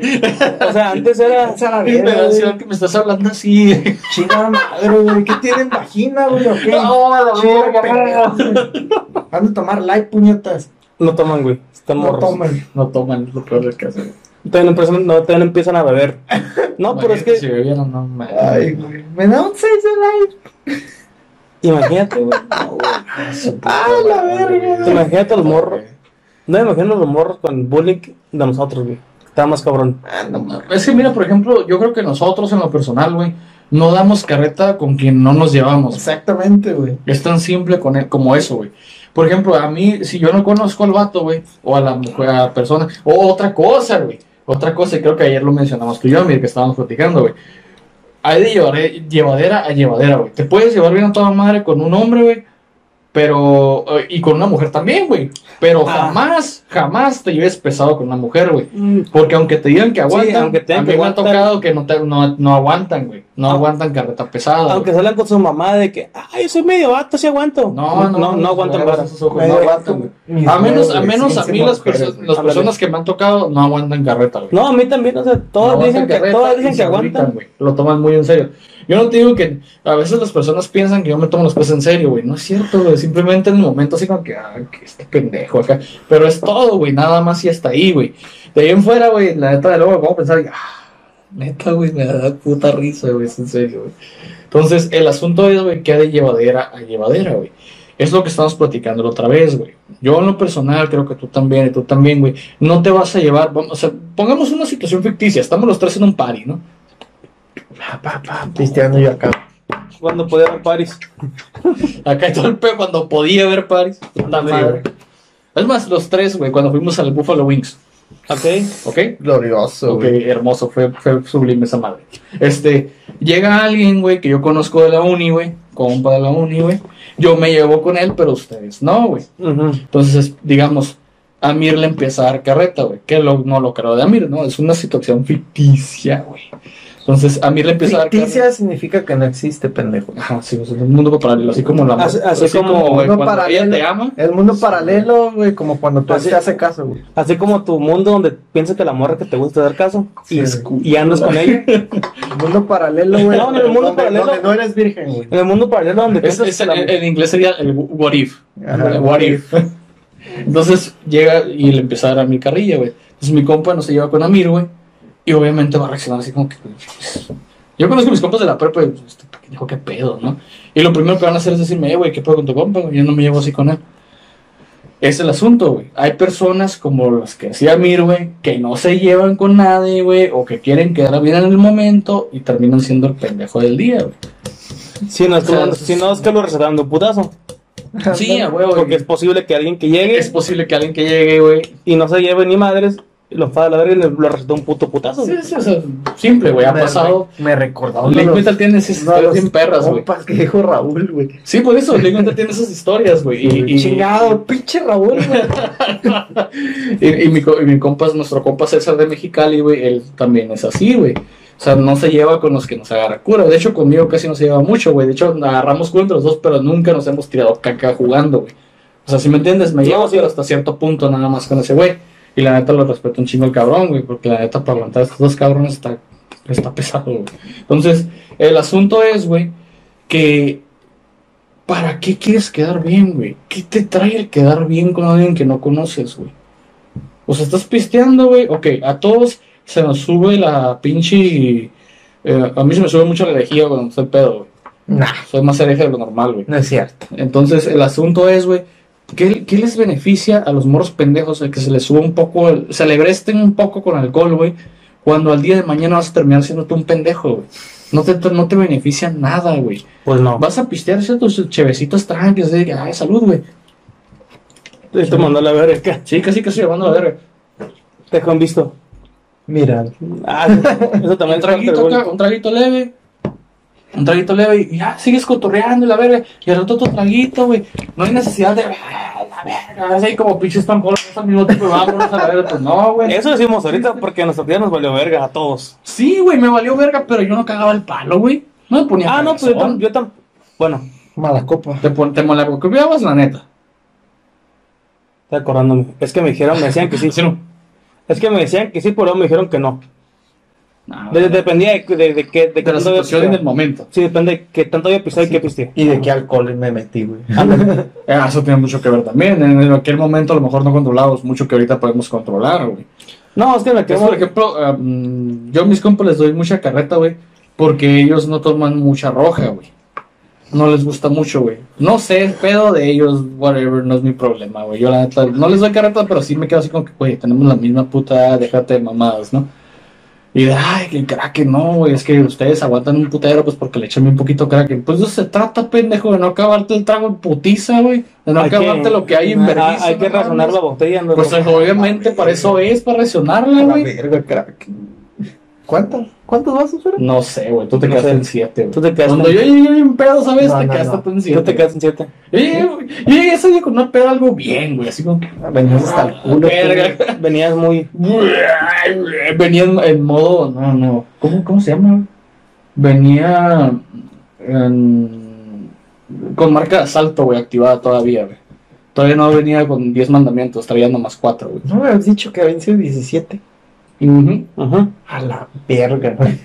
Speaker 2: O sea, antes era.
Speaker 4: Váyanse a la
Speaker 3: Me
Speaker 4: verga,
Speaker 3: da
Speaker 4: güey.
Speaker 3: ansiedad que me estás hablando así.
Speaker 4: Chingada madre, güey. ¿Qué tienen vagina, güey? ¿O qué?
Speaker 3: No, a la
Speaker 4: Chingada
Speaker 3: verga.
Speaker 4: pendeja, güey. Han de tomar like, puñetas.
Speaker 2: No toman, güey. Están
Speaker 4: No
Speaker 2: morros.
Speaker 4: tomen.
Speaker 3: No toman, es lo peor del caso.
Speaker 2: Todavía no empiezan, no, todavía no empiezan a beber. No, pero es
Speaker 3: Si
Speaker 2: que.
Speaker 3: bebieran, no mames.
Speaker 4: Ay, güey. Me da un 6 de like.
Speaker 2: Imagínate, güey. No, güey.
Speaker 4: Ah, la verga.
Speaker 2: Te Imagínate los morros.
Speaker 3: Eh,
Speaker 2: No me imagino los morros con bullying de nosotros, güey. Está más cabrón.
Speaker 3: Ah, no mames. Es que mira, por ejemplo, yo creo que nosotros en lo personal, güey, no damos carreta con quien no nos llevamos.
Speaker 4: Exactamente, güey.
Speaker 3: Es tan simple con él como eso, güey. Por ejemplo, a mí, si yo no conozco al vato, güey, o a la mujer, a la persona, o otra cosa, güey. Otra cosa, y creo que ayer lo mencionamos tú y yo, mira, que estábamos platicando, güey. Hay de llevar- llevadera a llevadera, güey. Te puedes llevar bien a toda madre con un hombre, güey. Pero, eh, y con una mujer también, güey. Pero
Speaker 2: Ah.
Speaker 3: jamás, jamás te lleves pesado con una mujer, güey. Porque aunque te digan que aguantan,
Speaker 2: aunque te digan
Speaker 3: a mí
Speaker 2: que
Speaker 3: me ha
Speaker 2: aguantan.
Speaker 3: tocado que no, te- no, no aguantan, güey. No
Speaker 2: Ah.
Speaker 3: aguantan carreta pesada.
Speaker 2: Aunque
Speaker 3: güey.
Speaker 2: salgan con su mamá de que, ay, soy medio vato, sí aguanto.
Speaker 3: No, no,
Speaker 2: no, no aguantan
Speaker 3: agarras
Speaker 2: vara.
Speaker 3: esos ojos,
Speaker 4: Medio
Speaker 3: No aguantan, güey.
Speaker 4: Mis
Speaker 3: A menos,
Speaker 4: huevos,
Speaker 3: a,
Speaker 4: güey,
Speaker 3: menos a
Speaker 4: sin
Speaker 3: mí
Speaker 4: ser
Speaker 3: las,
Speaker 4: mujeres,
Speaker 3: perso-
Speaker 4: güey.
Speaker 3: las
Speaker 2: Ándale.
Speaker 3: personas que me han tocado no aguantan carreta, güey.
Speaker 2: No, a mí también, o sea, todas
Speaker 3: No
Speaker 2: dicen que,
Speaker 3: aguantan
Speaker 2: todas
Speaker 3: carreta
Speaker 2: dicen que
Speaker 3: y se agüitan,
Speaker 2: aguantan.
Speaker 3: güey. Lo toman muy en serio. Yo no te digo que a veces las personas piensan que yo me tomo las cosas en serio, güey. No es cierto, güey. Simplemente en el momento así como que, ah, que este pendejo acá. Pero es todo, güey. Nada más y hasta ahí, güey. De ahí en fuera, güey, la neta de luego vamos a pensar, ah, neta, güey, me da puta risa, güey. Es en serio, güey. Entonces, el asunto es, güey, que ha de llevadera a llevadera, güey. Es lo que estamos platicando la otra vez, güey. Yo en lo personal creo que tú también y tú también, güey. No te vas a llevar, vamos, o sea, pongamos una situación ficticia. Estamos los tres en un party, ¿no? Pa, pa, pa,
Speaker 4: Pisteando yo acá.
Speaker 2: Cuando podía ver Paris.
Speaker 3: Acá todo el pe cuando podía ver Paris. Puta
Speaker 2: Sí,
Speaker 3: madre. Es más, los tres, güey, cuando fuimos al Buffalo Wings,
Speaker 2: ¿Ok?
Speaker 3: ¿ok?
Speaker 4: Glorioso,
Speaker 3: Ok,
Speaker 4: güey.
Speaker 3: hermoso, fue, fue sublime esa madre. Este, llega alguien, güey, que yo conozco de la uni, güey, compa de la uni, güey. Yo me llevo con él, pero ustedes no, güey.
Speaker 2: Ujú.
Speaker 3: Entonces, digamos, Amir le empieza a dar carreta, güey, que lo- no lo creo de Amir, ¿no? Es una situación ficticia, güey. Entonces, Amir le empieza a dar
Speaker 4: Ficticia significa que no existe, pendejo.
Speaker 3: carreta. Ajá, sí, es un mundo paralelo, así como la
Speaker 2: Así- así como
Speaker 3: güey,
Speaker 4: mundo
Speaker 3: cuando ella
Speaker 4: paralelo.
Speaker 3: te ama.
Speaker 4: El mundo paralelo, güey, como cuando tú
Speaker 2: Así-
Speaker 4: te hace caso, güey.
Speaker 2: Así como tu mundo donde piensas que la morra que te gusta dar caso y,
Speaker 4: Sí.
Speaker 2: y andas con ella.
Speaker 4: El mundo paralelo, güey.
Speaker 2: No, no, el mundo
Speaker 4: donde-
Speaker 2: paralelo.
Speaker 4: Donde no eres virgen, güey.
Speaker 2: En el mundo paralelo donde
Speaker 3: Es-
Speaker 2: piensas
Speaker 3: es-
Speaker 2: que la-
Speaker 3: en, en inglés sería el what if.
Speaker 4: Ajá,
Speaker 3: El what if. Entonces llega y le empieza a dar a mi carrilla, güey. Entonces mi compa no se lleva con Amir, güey. Y obviamente va a reaccionar así como que. pues, Yo conozco a mis compas de la prepa y pues, este pendejo, qué pedo, ¿no? Y lo primero que van a hacer es decirme, eh, güey, qué pedo con tu compa, güey? yo no me llevo así con él. Es el asunto, güey. Hay personas como las que decía Amir, güey, que no se llevan con nadie, güey, o que quieren quedar bien en el momento y terminan siendo el pendejo del día, güey.
Speaker 2: si, no, es que-
Speaker 3: o sea,
Speaker 2: si no es que lo reservando un putazo.
Speaker 3: Sí, a huevo,
Speaker 2: Porque
Speaker 3: güey.
Speaker 2: es posible que alguien que llegue
Speaker 3: Es posible que alguien que llegue, güey,
Speaker 2: y no se lleve ni madres Lo enfada a la verga y le- lo resultó un puto putazo.
Speaker 3: Sí, sí, o sea, simple, güey. Ha
Speaker 4: Me-
Speaker 3: pasado.
Speaker 4: Me recordó.
Speaker 3: Blake
Speaker 4: uno de los-
Speaker 3: Metal tiene esas
Speaker 4: uno de
Speaker 3: historias bien
Speaker 4: los
Speaker 3: perras, güey.
Speaker 4: compas que dijo Raúl, güey.
Speaker 3: Sí, por eso, Blake Metal tiene esas historias, güey. Y, y-
Speaker 1: Chingado, pinche Raúl, güey.
Speaker 3: Y, y mi, co- y mi compa, nuestro compa César de Mexicali, güey, él también es así, güey. O sea, no se lleva con los que nos agarra cura. De hecho, conmigo casi no se lleva mucho, güey. De hecho, agarramos cura entre los dos, pero nunca nos hemos tirado caca jugando, güey. O sea, si me entiendes, me llevo pero hasta cierto punto nada más con ese güey. Y la neta lo respeto un chingo el cabrón, güey, porque la neta para aguantar a estos dos cabrones está, está pesado, güey. Entonces, el asunto es, güey, que ¿para qué quieres quedar bien, güey? ¿Qué te trae el quedar bien con alguien que no conoces, güey? O sea, Pues, estás pisteando, güey. Ok, a todos se nos sube la pinche. eh, a mí se me sube mucho la herejía cuando estoy pedo, güey.
Speaker 4: Nah,
Speaker 3: Soy más hereje de lo normal, güey.
Speaker 4: no es cierto.
Speaker 3: Entonces, el asunto es, güey, ¿qué, qué les beneficia a los morros pendejos el que se les suba un poco, el- se le bresten un poco con alcohol, güey? Cuando al día de mañana vas a terminar siendo tú un pendejo, güey. No te, no te beneficia nada, güey.
Speaker 2: Pues no.
Speaker 3: Vas a pistear ¿sí? tus chevecitos tranquilos, de que, ay, salud, güey.
Speaker 2: Te te este mandó a la verga.
Speaker 3: Sí, casi que estoy llevando la verga.
Speaker 2: Te dejó en visto.
Speaker 1: Mira,
Speaker 2: Ah, eso- eso también es parte
Speaker 3: un traguito
Speaker 2: del
Speaker 3: acá, un traguito leve. Un traguito leve y ya sigues cotorreando y la verga. Y al otro otro traguito, güey. No hay necesidad de. "Ah, La verga. Así como pinches tambores, al mismo tiempo y vámonos a la verga. Pues no,
Speaker 2: bullying.
Speaker 3: güey.
Speaker 2: Eso decimos ahorita porque en nuestra tía nos valió verga a todos.
Speaker 3: Sí, güey, me valió verga, pero yo no cagaba el palo, güey. No me ponía.
Speaker 2: Ah, no, pues yo tam-
Speaker 3: cagazón.
Speaker 2: yo tam- Bueno,
Speaker 1: mala copa.
Speaker 3: Te, pon, te malacopiabas, la neta.
Speaker 2: estoy acordándome. Es que me dijeron, me decían que sí.
Speaker 3: Sí, no.
Speaker 2: Es que me decían que sí, pero luego me dijeron que no.
Speaker 3: No,
Speaker 2: De- dependía de, de, de qué. De, qué
Speaker 3: de la
Speaker 2: tanto había
Speaker 3: situación en el
Speaker 2: pisteado.
Speaker 3: momento.
Speaker 2: Sí, depende de qué tanto había pisado y qué pisteé.
Speaker 4: ¿Y de qué alcohol me metí, güey?
Speaker 3: Eh, Eso tiene mucho que ver también. En aquel momento a lo mejor no controlábamos mucho que ahorita podemos controlar, güey.
Speaker 2: No, es que me
Speaker 3: Que,
Speaker 2: quedé.
Speaker 3: por ejemplo, ah, mm, yo a mis compas les doy mucha carreta, güey, porque ellos no toman mucha roja, güey. No les gusta mucho, güey. No sé, el pedo de ellos, whatever, no es mi problema, güey. Yo la neta, no les doy carreta, pero sí me quedo así como que, güey, tenemos la misma puta, edad, déjate de mamadas, ¿no? Y de, ay, que el crack no, güey, es que ustedes aguantan un putero, pues porque le echan un poquito crack. Pues de eso se trata, pendejo, de no acabarte el trago en putiza, güey. De no
Speaker 2: Hay que-
Speaker 3: acabarte lo que hay en
Speaker 2: Ah,
Speaker 3: vergüenza,
Speaker 2: Hay que
Speaker 3: no mames.
Speaker 2: razonar la botella. no-
Speaker 3: Pues obviamente para eso es, para racionarla,
Speaker 4: La
Speaker 3: güey.
Speaker 4: verga, crack. ¿Cuántos? ¿Cuántos vasos eran?
Speaker 3: No sé, güey, tú te
Speaker 2: No
Speaker 3: quedaste
Speaker 2: sé.
Speaker 3: en 7,
Speaker 2: Tú
Speaker 3: güey.
Speaker 2: te quedas.
Speaker 3: Cuando yo llegué bien pedo, ¿sabes?
Speaker 1: No,
Speaker 3: te
Speaker 1: no,
Speaker 3: quedaste
Speaker 1: no.
Speaker 3: tú en 7.
Speaker 2: Yo te quedas en siete.
Speaker 3: Yo llegué, güey, yo llegué ese día con una peda algo bien, güey, así como que "Ah, venías hasta el culo.
Speaker 2: Ah,
Speaker 3: Verga.
Speaker 2: Venías muy.
Speaker 3: Venía en, en modo, no, no, ¿cómo, cómo se llama? Venía en- con marca de asalto, güey, activada todavía, güey. Todavía no venía con 10 mandamientos, traía nomás 4, güey.
Speaker 4: No me habías dicho que habían sido 17.
Speaker 3: Ujú.
Speaker 2: Ajá.
Speaker 4: A la verga, güey.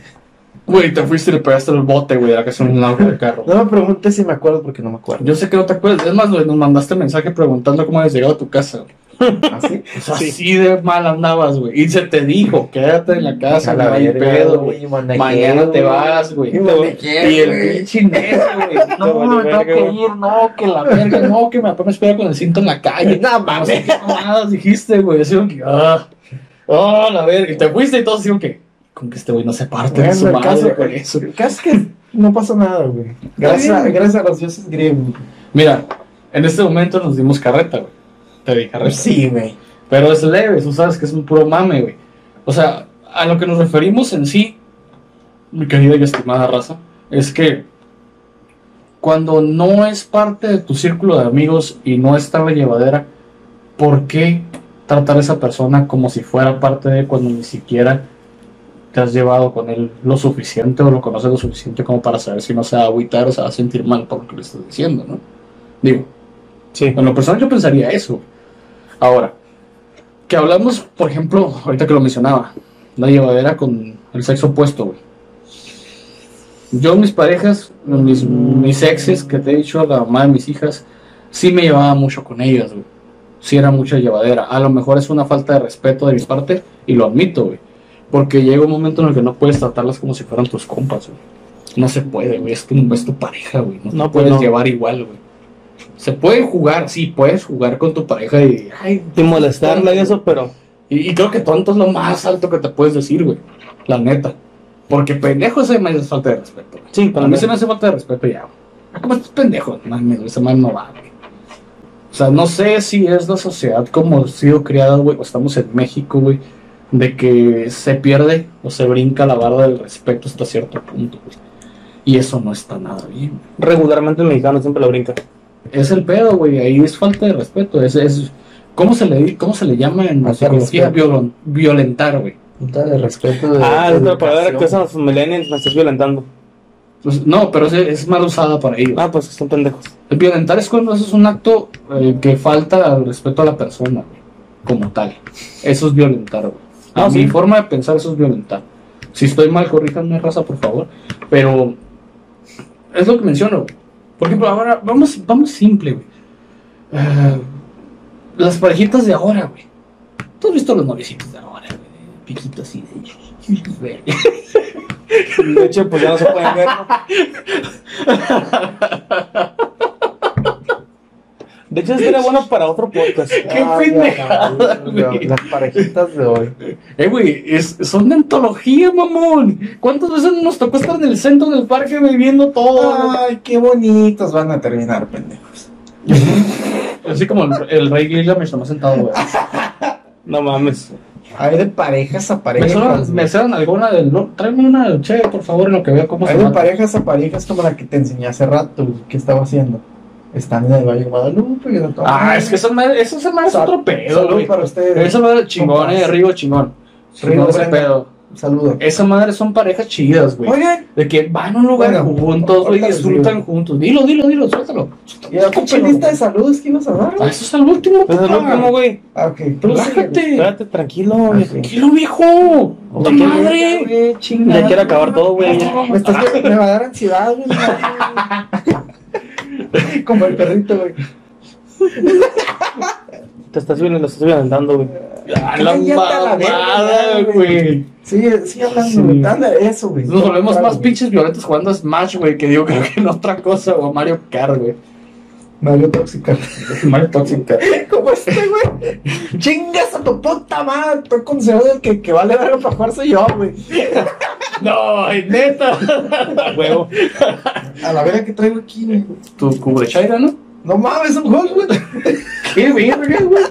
Speaker 3: Güey, te fuiste y le pegaste el bote, güey, de la que un auto de carro.
Speaker 4: No me preguntes si me acuerdo porque no me acuerdo.
Speaker 3: Yo sé que no te acuerdas. Es más, güey, nos mandaste mensaje preguntando cómo habías llegado a tu casa. güey.
Speaker 4: ¿Así?
Speaker 3: O sea, así de mal andabas, güey. Y se te dijo, quédate en la casa,
Speaker 4: A
Speaker 3: no hay pedo, güey.
Speaker 4: manequé,
Speaker 3: Mañana
Speaker 4: güey.
Speaker 3: te vas, güey.
Speaker 4: Y manequé,
Speaker 3: Y el
Speaker 4: güey.
Speaker 3: pinche inés, güey. No,
Speaker 2: Te valió
Speaker 3: me tengo
Speaker 2: verga,
Speaker 3: que
Speaker 2: güey.
Speaker 3: ir, no, que la verga, no, que mi papá me espera con el cinto en la calle.
Speaker 4: No
Speaker 3: No
Speaker 4: mames.
Speaker 3: sé qué mamadas dijiste, güey. Así como que, ah, ah, la verga. Y te fuiste y todo así como que, con que este güey no se parte de
Speaker 1: Bueno,
Speaker 3: su
Speaker 1: el
Speaker 3: madre
Speaker 1: caso-
Speaker 3: con eso.
Speaker 1: El caso es que no pasó nada, güey. Gracias,
Speaker 3: Está
Speaker 1: a-
Speaker 3: bien.
Speaker 1: gracias a los dioses griegos.
Speaker 3: Mira, en este momento nos dimos carreta, güey. Te di carreta.
Speaker 4: Sí, güey.
Speaker 3: Pero es leve, tú sabes que es un puro mame, güey. O sea, a lo que nos referimos en sí, mi querida y estimada raza, es que cuando no es parte de tu círculo de amigos y no está la llevadera, ¿por qué tratar a esa persona como si fuera parte de cuando ni siquiera te has llevado con él lo suficiente o lo conoces lo suficiente como para saber si no se va a agüitar o se va a sentir mal por lo que le estás diciendo, ¿no? Digo,
Speaker 2: Sí.
Speaker 3: en lo personal yo pensaría eso. Ahora, que hablamos, por ejemplo, ahorita que lo mencionaba, la llevadera con el sexo opuesto, güey. Yo, mis parejas, mis, mis exes, que te he dicho, la mamá de mis hijas, sí me llevaba mucho con ellas, güey. Sí era mucha llevadera. A lo mejor es una falta de respeto de mi parte y lo admito, güey. Porque llega un momento en el que no puedes tratarlas como si fueran tus compas, güey. No se puede, güey. Es que no es tu pareja, güey. No, te
Speaker 2: No, pues
Speaker 3: puedes
Speaker 2: no.
Speaker 3: llevar igual, güey. Se puede jugar, sí, puedes jugar con tu pareja y, ay,
Speaker 2: Y molestarla y eso, pero.
Speaker 3: y, y creo que tonto es lo más alto que te puedes decir, güey. La neta. Porque pendejo se me hace falta de respeto, güey.
Speaker 2: Sí,
Speaker 3: Para mí se me hace falta de respeto ya, güey. Ah, ¿Cómo estás pendejo? No Mames, güey, esa madre no va, güey. O sea, no sé si es la sociedad como he sido criado, güey, o estamos en México, güey, de que se pierde o se brinca la barra del respeto hasta cierto punto. güey. Y eso no está nada bien.
Speaker 2: Regularmente el mexicano siempre lo brinca.
Speaker 3: Es el pedo, güey. Ahí es falta de respeto. Es, es, ¿cómo, se le, di- ¿Cómo se le llama en
Speaker 1: Falta de
Speaker 3: psicología?
Speaker 1: respeto.
Speaker 3: Violon- violentar, güey.
Speaker 1: Falta de respeto. De,
Speaker 2: ah,
Speaker 1: de
Speaker 2: es otra palabra que
Speaker 1: educación.
Speaker 2: usan los millennials, me estás violentando.
Speaker 3: Pues, no, pero es, es mal usada para ellos.
Speaker 2: Ah, pues son pendejos.
Speaker 3: Violentar es cuando eso es un acto eh, que falta al respeto a la persona, güey, como tal. Eso es violentar, güey. A
Speaker 2: Ah,
Speaker 3: mi
Speaker 2: sí.
Speaker 3: forma de pensar, eso es violentar. Si estoy mal, corríjanme, raza, por favor. Pero es lo que menciono. güey. Por ejemplo, ahora, vamos, vamos simple, güey. Eh, las parejitas de ahora, güey. ¿Tú has visto los novicitos de ahora, güey? Piquitos y de...
Speaker 2: De hecho, pues ya no se pueden ver. ¿no? De hecho, esto era bueno para otro podcast.
Speaker 3: ¡Qué
Speaker 1: Ah, ya,
Speaker 3: pendejada,
Speaker 1: la-
Speaker 3: güey!
Speaker 1: Las parejitas de hoy.
Speaker 3: Eh, güey, es, son de antología, mamón. ¿Cuántas veces nos tocó estar en el centro del parque viviendo todo?
Speaker 1: Ay, qué bonitos van a terminar, pendejos.
Speaker 3: Así como el, el rey Gilgamesh nomás sentado, güey.
Speaker 2: No mames.
Speaker 1: Hay de parejas a
Speaker 3: Me
Speaker 1: parejas.
Speaker 3: suenan,
Speaker 1: güey.
Speaker 3: me suenan alguna del... No, tráeme una, che, por favor, en lo que vea cómo se
Speaker 1: Hay de
Speaker 3: mata.
Speaker 1: parejas a parejas como la que te enseñé hace rato, güey, que estaba haciendo. Están en el Valle de Guadalupe y no
Speaker 3: Ah, es que esa madre, eso se me hace
Speaker 1: Sal-
Speaker 3: otro pedo,
Speaker 1: Saludos
Speaker 3: güey.
Speaker 1: para ustedes.
Speaker 3: Esa madre chingón, eh, Rigo chingón.
Speaker 1: Rigo
Speaker 3: Chingón ese
Speaker 1: Brenda.
Speaker 3: pedo.
Speaker 1: Saludos.
Speaker 3: Esa madre son parejas chidas, güey.
Speaker 1: Oigan,
Speaker 3: De que van a un lugar
Speaker 1: Bueno,
Speaker 3: juntos, güey,
Speaker 1: ahorita les
Speaker 3: disfrutan
Speaker 1: digo.
Speaker 3: juntos. Dilo, dilo, dilo, suéltalo.
Speaker 1: ¿y la pinche lista de saludos que ibas a dar?
Speaker 3: Ah, Eso es el último,
Speaker 2: Pues es lo
Speaker 3: papá.
Speaker 2: último, güey.
Speaker 1: Ah, ok.
Speaker 3: Relájate.
Speaker 2: Espérate, tranquilo.
Speaker 1: Ah,
Speaker 2: viejo.
Speaker 1: sí.
Speaker 3: ¡Tranquilo, viejo! ¡La
Speaker 2: Oye,
Speaker 3: madre!
Speaker 2: Ya quiero acabar todo, güey.
Speaker 1: Me, estás- me va a dar ansiedad, güey. Como el perrito, güey.
Speaker 2: Te estás violentando, lo estás violentando, güey.
Speaker 3: ¡A la
Speaker 1: Cállate a la verga,
Speaker 3: mamada,
Speaker 1: güey.
Speaker 3: güey!
Speaker 1: Sigue, sigue
Speaker 3: Sí.
Speaker 1: hablando, güey. Anda, eso, güey.
Speaker 3: Nos volvemos más
Speaker 1: pinches
Speaker 3: pinches violentos jugando a Smash, güey, que digo creo que en otra cosa, o a Mario Kart, güey.
Speaker 1: Mario tóxica.
Speaker 3: Mario Toxic Kart.
Speaker 1: Como este, güey. Chingas a tu puta madre. Estoy considerado el que, que vale verga para jugar soy yo, güey.
Speaker 3: ¡No, ay, neta!
Speaker 2: Huevo.
Speaker 1: A la verga que traigo aquí, güey.
Speaker 3: Tu cubre chaira, ¿no?
Speaker 1: No mames, un juego, güey.
Speaker 3: ¡Qué verga, güey!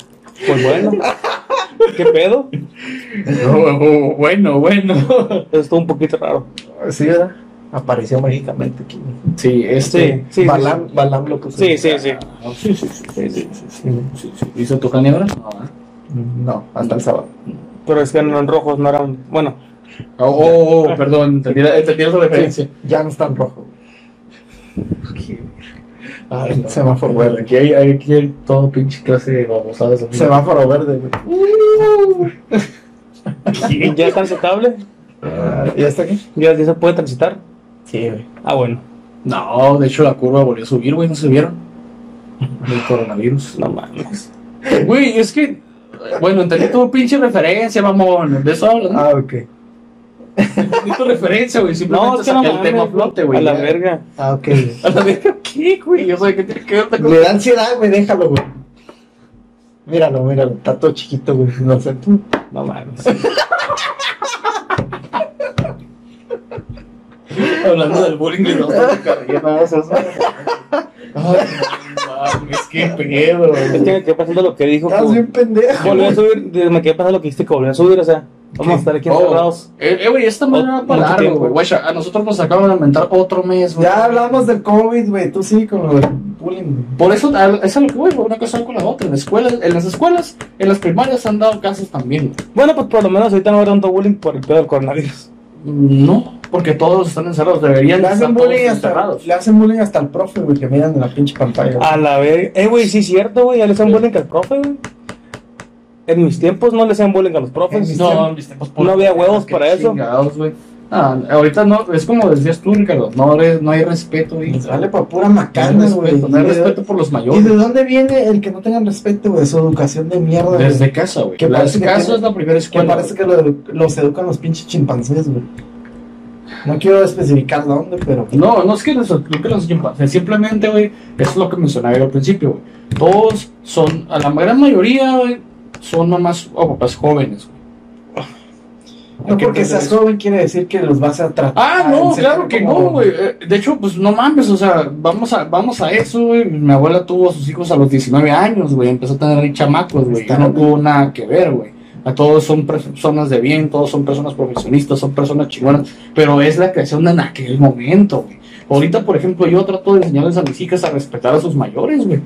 Speaker 2: Pues bueno. ¿Qué pedo?
Speaker 3: No, oh, bueno, bueno.
Speaker 2: Eso estuvo un poquito raro.
Speaker 1: Sí, ¿verdad? Apareció mágicamente aquí, güey.
Speaker 3: Sí,
Speaker 2: Sí,
Speaker 3: este... Ah,
Speaker 2: sí. sí,
Speaker 1: Balam, Balam lo puso.
Speaker 2: Sí, sí, sí.
Speaker 3: Sí, sí, sí. sí, sí, sí,
Speaker 1: Sí, güey.
Speaker 3: sí, sí. ¿Hizo tu jane ahora? No, ¿eh?
Speaker 1: No, hasta el sábado.
Speaker 2: Pero es que eran rojos, no eran. Bueno,
Speaker 3: Oh, oh, oh, perdón, entendí la entendí la referencia.
Speaker 1: Ya no está en rojo.
Speaker 3: Ay, Ah, no.
Speaker 1: Semáforo
Speaker 3: Bueno,
Speaker 1: verde.
Speaker 3: aquí hay, hay- aquí hay todo pinche clase de babosadas. amigo.
Speaker 1: Semáforo verde, güey.
Speaker 2: ¿y ya es transitable?
Speaker 1: Ah, ¿Ya está aquí?
Speaker 2: ¿Ya, ya se puede transitar?
Speaker 1: Sí, güey.
Speaker 2: Ah, bueno.
Speaker 3: No, de hecho la curva volvió a subir, güey, no se vieron. Del coronavirus.
Speaker 2: No mames.
Speaker 3: Güey, es que. Bueno, entendí tu pinche referencia, mamón. De eso hablo, ¿no?
Speaker 1: Ah, ok.
Speaker 3: Entendí tu referencia, güey. Simplemente
Speaker 2: No, es que no
Speaker 3: saqué el
Speaker 2: mames,
Speaker 3: tema a flote, güey.
Speaker 2: A la
Speaker 3: ya.
Speaker 2: verga.
Speaker 1: Ah, ok. güey.
Speaker 3: A la verga, ¿qué, güey? Yo sé que tiene que ver otra cosa.
Speaker 1: Le da ansiedad, güey, déjalo, güey. Míralo, míralo, está todo chiquito, güey, inocente.
Speaker 2: No mames.
Speaker 3: Hablando del bullying de nosotros, carrilla, nada más eso. Ay, no mames, qué pedo,
Speaker 2: Es que
Speaker 3: güey.
Speaker 2: me quedé pasando lo que dijo.
Speaker 1: Estás
Speaker 2: que
Speaker 1: bien pendejo.
Speaker 2: Volvió a subir. de- Me quedé pasando lo que dijiste que volvió a subir. O sea, vamos a estar aquí
Speaker 3: Oh,
Speaker 2: encerrados.
Speaker 3: Eh, eh, güey, esta madre va
Speaker 2: Mucho
Speaker 3: para largo,
Speaker 2: tiempo.
Speaker 3: güey. Guacha, A nosotros nos acaban de aumentar otro mes, güey.
Speaker 1: Ya hablamos del COVID, güey, tú sí, con lo del bullying. güey.
Speaker 3: Por eso a- es a lo que voy, güey, una cosa va con la otra. En, escuelas, en las escuelas, en las primarias han dado casos también. güey.
Speaker 2: Bueno, pues por lo menos ahorita no habrá tanto bullying por el pedo del coronavirus.
Speaker 3: No, porque todos están encerrados, deberían
Speaker 1: Le
Speaker 3: estar
Speaker 1: hacen,
Speaker 3: todos
Speaker 1: bullying hasta,
Speaker 3: encerrados. Ah,
Speaker 1: le hacen bullying hasta al profe, güey, que miran en la pinche pantalla. güey.
Speaker 2: A la verga. Eh, güey, sí, cierto, güey. Ya le hacen bullying al profe, güey. En mis tiempos no le hacían bullying a los
Speaker 1: En mis
Speaker 2: profes.
Speaker 3: No, en mis tiempos,
Speaker 2: No había
Speaker 3: qué
Speaker 2: huevos para eso.
Speaker 3: chingados, güey. Ah, ahorita no, es como decías tú, Ricardo, no, re- no hay respeto, güey.
Speaker 1: Les vale por pura
Speaker 3: No hay
Speaker 1: macana, Pues güey.
Speaker 3: respeto, no hay
Speaker 1: ¿Y de-
Speaker 3: respeto por los
Speaker 1: ¿Y de
Speaker 3: mayores.
Speaker 1: dónde viene el que no tengan respeto, güey? Su educación de mierda, güey.
Speaker 3: Desde casa, güey.
Speaker 1: Que
Speaker 3: La
Speaker 1: parece que
Speaker 3: casa
Speaker 1: tiene-
Speaker 3: es la primera
Speaker 1: Que
Speaker 3: escuela.
Speaker 1: parece que lo- los educan los pinches chimpancés, güey. No quiero especificar dónde, pero...
Speaker 3: No, no es que los, no que los chimpancés, simplemente, güey, eso es lo que mencionaba yo al principio, güey. Todos son, a la gran mayoría, güey, son mamás o papás jóvenes, güey.
Speaker 1: No
Speaker 3: Hay que
Speaker 1: porque
Speaker 3: entender
Speaker 1: seas
Speaker 3: eso.
Speaker 1: joven quiere decir que los vas a tratar.
Speaker 3: Ah, no,
Speaker 1: en serio
Speaker 3: claro que no,
Speaker 1: como-
Speaker 3: güey. Eh, De hecho, pues no mames, o sea, vamos a, vamos a eso, güey. Mi abuela tuvo a sus hijos a los 19 años, güey. Empezó a tener chamacos, güey. Yo
Speaker 1: Está
Speaker 3: no
Speaker 1: bien.
Speaker 3: tuvo nada que ver, güey. A todos son personas de bien, todos son personas profesionistas, son personas chingonas, pero es la creación de en aquel momento, güey. Ahorita, por ejemplo, yo trato de enseñarles a mis hijas a respetar a sus mayores, güey.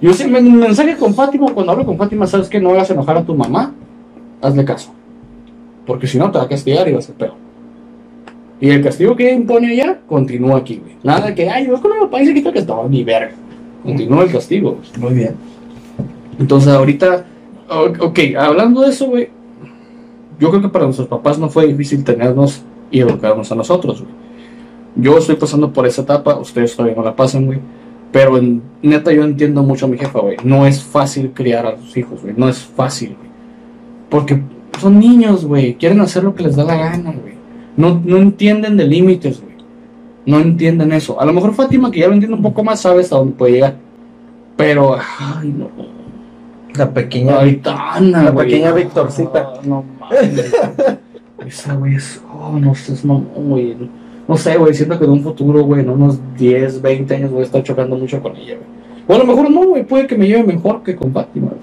Speaker 3: Yo siempre un mensaje con Fátima, cuando hablo con Fátima, sabes que no hagas enojar a tu mamá, hazle caso. Porque si no, te va a castigar y va a ser peor. Y el castigo que impone allá, continúa aquí, güey. Nada que, ay, yo con el país aquí que estaba ni verga. Continúa el castigo, güey.
Speaker 4: Muy bien.
Speaker 3: Entonces, ahorita, o- ok, hablando de eso, güey, yo creo que para nuestros papás no fue difícil tenernos y educarnos a nosotros, güey. Yo estoy pasando por esa etapa, ustedes todavía no la pasan, güey. Pero en, neta, yo entiendo mucho a mi jefa, güey. No es fácil criar a sus hijos, güey. No es fácil, güey. Porque son niños, güey. Quieren hacer lo que les da la gana, güey. No, no entienden de límites, güey. No entienden eso. A lo mejor Fátima, que ya lo entiende un poco más, sabe hasta dónde puede llegar. Pero, ay, no.
Speaker 4: La pequeña.
Speaker 3: Ay, Tana,
Speaker 4: La
Speaker 3: güey.
Speaker 4: pequeña Victorcita.
Speaker 3: Ah, no mames. Esa, güey, es. Oh, no sé, es mamón, güey. No sé, güey. Siento que en un futuro, güey, en unos 10, 20 años voy a estar chocando mucho con ella, güey. O a lo mejor no, güey. Puede que me lleve mejor que con Fátima. güey.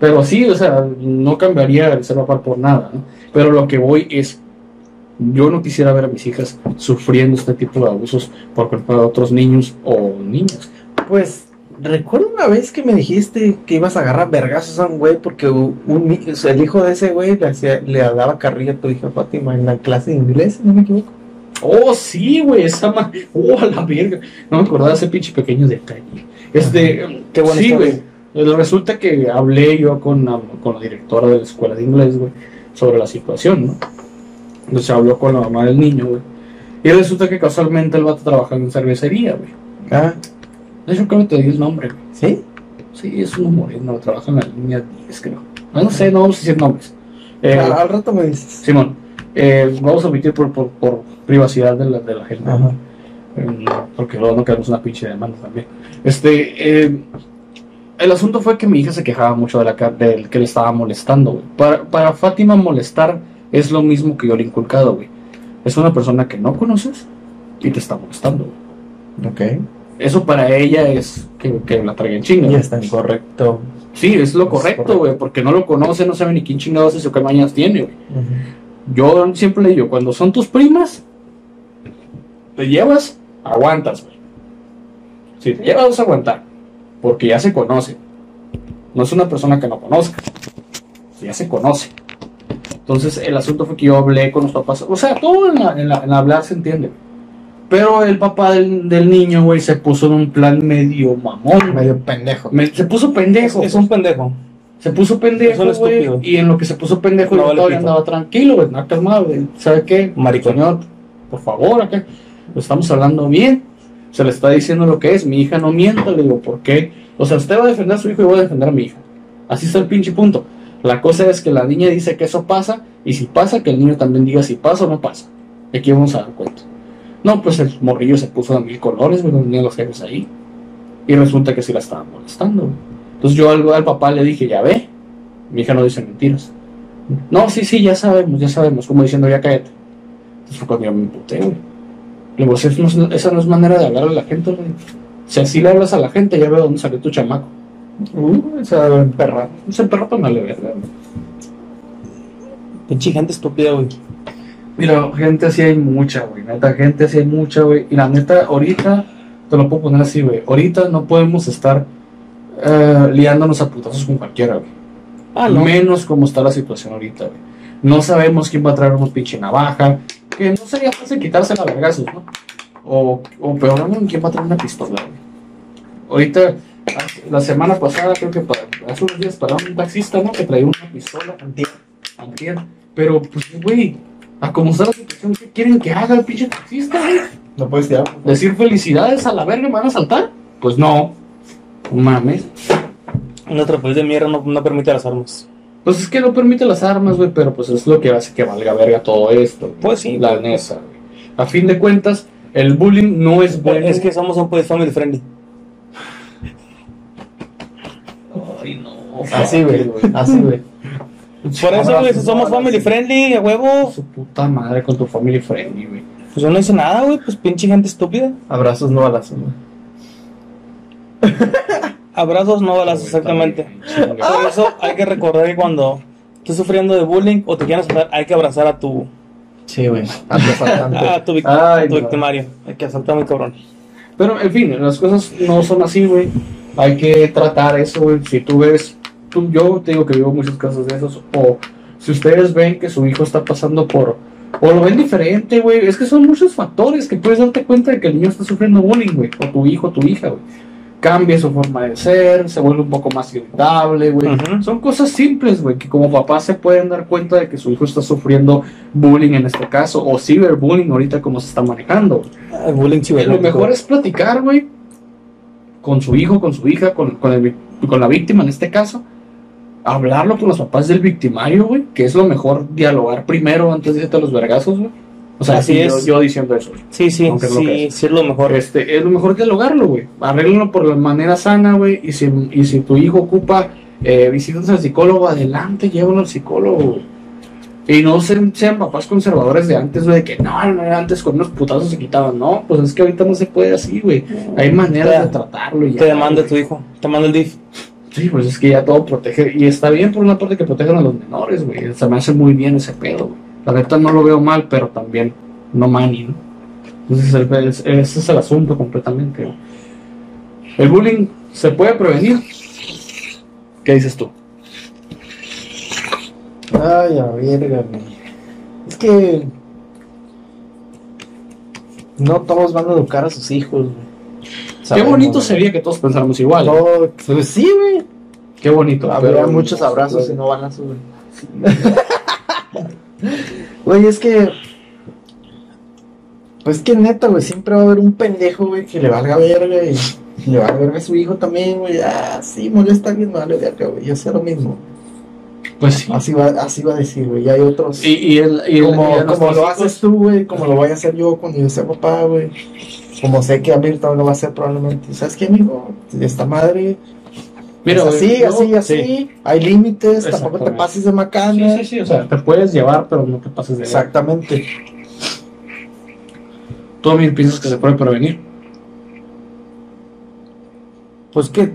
Speaker 3: Pero sí, o sea, no cambiaría el ser papá por nada, ¿no? Pero lo que voy es. Yo no quisiera ver a mis hijas sufriendo este tipo de abusos por culpa de otros niños o niñas.
Speaker 4: Pues, recuerdo una vez que me dijiste que ibas a agarrar vergazos a un güey porque un, ni- o sea, el hijo de ese güey le, hacía, le daba carrilla a tu hija Fátima en la clase de inglés, si no me equivoco.
Speaker 3: Oh, sí, güey, esa ma... Oh, a la verga. No me acordaba ese pinche pequeño detalle. Este,
Speaker 2: Qué buena
Speaker 3: sí,
Speaker 2: historia.
Speaker 3: güey. eh, Resulta que hablé yo con la, con la directora de la escuela de inglés, güey, sobre la situación, ¿no? Entonces habló con la mamá del niño, güey. Y resulta que casualmente el vato trabajaba en cervecería, güey.
Speaker 4: Ah,
Speaker 3: De hecho, creo que te di el nombre, güey.
Speaker 4: ¿sí?
Speaker 3: Sí, es uno moreno, trabaja en la línea 10, creo. Ah, No sé, no vamos a decir nombres. Eh,
Speaker 2: Ah.
Speaker 4: al, al rato me dices.
Speaker 3: Simón, eh, vamos a omitir por, por, por privacidad de la, de la gente.
Speaker 4: Ajá.
Speaker 3: Eh, porque luego no quedamos una pinche demanda también. Este, eh, el asunto fue que mi hija se quejaba mucho de la car- del que le estaba molestando, güey. Para, para Fátima molestar es lo mismo que yo le he inculcado, güey. Es una persona que no conoces y te está molestando, güey.
Speaker 4: Ok.
Speaker 3: Eso para ella es que, que la traigan chinga.
Speaker 4: Ya
Speaker 3: güey.
Speaker 4: está incorrecto.
Speaker 3: Sí, es lo
Speaker 4: Es
Speaker 3: correcto,
Speaker 4: correcto.
Speaker 3: güey, porque no lo conoce, no sabe ni quién chingados es o qué mañas tiene, güey. Yo siempre le digo, cuando son tus primas, te llevas, aguantas, güey. Si te llevas, vas a aguantar. Porque ya se conoce. No es una persona que no conozca. Ya se conoce. Entonces, el asunto fue que yo hablé con los papás. O sea, todo en, la- en la- en hablar se entiende. güey. Pero el papá del, del niño, güey, se puso en un plan medio mamón. güey.
Speaker 4: Medio pendejo.
Speaker 3: Me- se puso
Speaker 2: Es,
Speaker 3: pendejo.
Speaker 2: es un pendejo.
Speaker 3: Se puso
Speaker 2: Es
Speaker 3: pendejo,
Speaker 2: un
Speaker 3: güey.
Speaker 2: estúpido.
Speaker 3: Y en lo que se puso pendejo,
Speaker 2: No
Speaker 3: yo
Speaker 2: vale
Speaker 3: todavía
Speaker 2: pito.
Speaker 3: andaba tranquilo, güey. No calmado, güey. ¿Sabe qué?
Speaker 2: Maricón.
Speaker 3: Señor, por favor, acá. Lo estamos hablando bien. Se le está diciendo lo que es. Mi hija no mienta. Le digo, ¿por qué? O sea, usted va a defender a su hijo y voy a defender a mi hija. Así está el pinche punto. La cosa es que la niña dice que eso pasa. Y si pasa, que el niño también diga si pasa o no pasa. Y aquí vamos a dar cuenta. No, pues el morrillo se puso de mil colores, güey. Tenía los jefes ahí. Y resulta que sí la estaba molestando, güey. Entonces yo al, al papá le dije, ya ve, mi hija no dice mentiras. No, sí, sí, ya sabemos, ya sabemos, como diciendo, ya cállate. Entonces fue cuando yo me emputé, güey. Le digo, "Esa no es- esa no es manera de hablar a la gente, güey. Si así le hablas a la gente, ya veo dónde salió tu chamaco.
Speaker 4: Uh, se va a emperrar.
Speaker 3: Ese perro no le verga, güey.
Speaker 2: Pinche gente estúpida, güey.
Speaker 3: Mira, gente así hay mucha, güey. Neta, gente así hay mucha, güey. Y la neta, ahorita, te lo puedo poner así, güey. Ahorita no podemos estar eh, liándonos a putazos con cualquiera, güey.
Speaker 2: Ah, no.
Speaker 3: menos como está la situación ahorita, güey. No sabemos quién va a traer una pinche navaja, que no sería fácil quitarse la vergazos, ¿no? O, o peor aún, quién va a traer una pistola, güey. Ahorita, hace- la semana pasada, creo que pa- hace unos días para un taxista, ¿no? Que traía una pistola, antier, antier. Pero, pues, güey, a como está la situación, ¿qué quieren que haga el pinche taxista, güey?
Speaker 4: No puedes tirar.
Speaker 3: ¿Decir felicidades a la verga, me van a saltar? Pues no. No Mames.
Speaker 2: Nuestro país de mierda no, no permite las armas.
Speaker 3: Pues es que no permite las armas, güey, pero pues es lo que hace que valga verga todo esto. güey.
Speaker 2: Pues sí.
Speaker 3: La nesa, güey. A fin de cuentas, el bullying no es bueno.
Speaker 2: Es que somos un país family friendly.
Speaker 3: Ay, no.
Speaker 4: Así, güey. Así, güey.
Speaker 2: Por eso, güey, si somos family friendly, a huevo,
Speaker 3: Su puta madre con tu family friendly, güey.
Speaker 2: pues yo no hice nada, güey, pues pinche gente estúpida.
Speaker 4: Abrazos, no balazos, güey.
Speaker 2: Abrazos, no balas,
Speaker 3: Güey, está
Speaker 2: exactamente.
Speaker 3: bien, chinga.
Speaker 2: Por eso hay que recordar que cuando estás sufriendo de bullying o te quieren asaltar, hay que abrazar a tu,
Speaker 1: Sí, güey.
Speaker 4: Ah.
Speaker 1: a tu asaltante.
Speaker 2: a tu, vic-
Speaker 3: Ay,
Speaker 2: a tu
Speaker 3: no.
Speaker 2: victimario. Hay que asaltar muy cabrón.
Speaker 3: Pero, en fin, las cosas no son así, güey. Hay que tratar eso, güey. Si tú ves, tú, yo te digo que vivo muchos casos de esos. O si ustedes ven que su hijo está pasando por... O lo ven diferente, güey. Es que son muchos factores que puedes darte cuenta de que el niño está sufriendo bullying, güey. O tu hijo, tu hija, güey. Cambia su forma de ser, se vuelve un poco más irritable, güey.
Speaker 2: Ujú.
Speaker 3: Son cosas simples, güey, que como papás se pueden dar cuenta de que su hijo está sufriendo bullying en este caso, o ciberbullying ahorita como se está manejando.
Speaker 2: Ah, bullying
Speaker 3: Pero
Speaker 2: cibernético.
Speaker 3: lo mejor es platicar, güey, con su hijo, con su hija, con, con, el vi- con la víctima en este caso. Hablarlo con los papás del victimario, güey, que es lo mejor dialogar primero antes de irte a los vergazos, güey. O sea,
Speaker 2: Así
Speaker 3: sí,
Speaker 2: es.
Speaker 3: Yo, yo diciendo eso. güey.
Speaker 2: Sí, sí,
Speaker 3: Aunque es lo que
Speaker 2: sí, sí es lo mejor.
Speaker 3: Este, es lo mejor dialogarlo, güey. Arréglenlo por la manera sana, güey. Y si, y si tu hijo ocupa eh, visitas al psicólogo, adelante, llévalo al psicólogo, güey. Y no sean, sean papás conservadores de antes, güey, de que no, no, antes con unos putazos se quitaban. No, pues es que ahorita no se puede así, güey. Hay maneras de tratarlo. y
Speaker 2: Te
Speaker 3: ya,
Speaker 2: demanda
Speaker 3: güey.
Speaker 2: tu hijo, te manda el DIF.
Speaker 3: Sí, pues es que ya todo protege. Y está bien por una parte que protejan a los menores, güey. Se me hace muy bien ese pedo, güey. La neta no lo veo mal, pero también no mani, ¿no? Entonces el- es- ese es el asunto completamente, güey. El bullying se puede prevenir. ¿Qué dices tú?
Speaker 1: Ay, a verga, güey. Es que. No todos van a educar a sus hijos, güey.
Speaker 3: Qué
Speaker 1: Sabemos,
Speaker 3: bonito
Speaker 1: güey.
Speaker 3: sería que todos pensáramos igual.
Speaker 1: No, pues sí, güey.
Speaker 3: Qué bonito.
Speaker 1: Habrá muchos abrazos y no balazos, güey. Güey, es que. Pues que neta, güey, siempre va a haber un pendejo, güey, que le valga verga y y le valga verga a su hijo también, güey. Ah, sí, molesta a alguien, me vale verga, güey. Yo sé lo mismo.
Speaker 3: Pues sí.
Speaker 1: Así va, así va a decir, güey. Y hay otros.
Speaker 3: Y, y el, y el- y
Speaker 1: como,
Speaker 3: el-
Speaker 1: como
Speaker 3: nuestros
Speaker 1: lo haces tú, güey, como lo voy a hacer yo cuando yo sea papá, güey. Como sé que Amir también lo va a hacer probablemente. ¿Sabes qué, amigo? Esta madre.
Speaker 3: hijos-
Speaker 1: Mira,
Speaker 3: güey,
Speaker 1: así,
Speaker 3: yo-
Speaker 1: así, así.
Speaker 3: Sí.
Speaker 1: Hay límites, tampoco te
Speaker 3: Exactamente.
Speaker 1: pases de macana.
Speaker 3: Sí, sí, sí, O sea, te puedes llevar, pero no te pases de Exacto.
Speaker 1: Exactamente.
Speaker 3: ¿Tú, Amir, piensas que se puede prevenir?
Speaker 2: Pues que,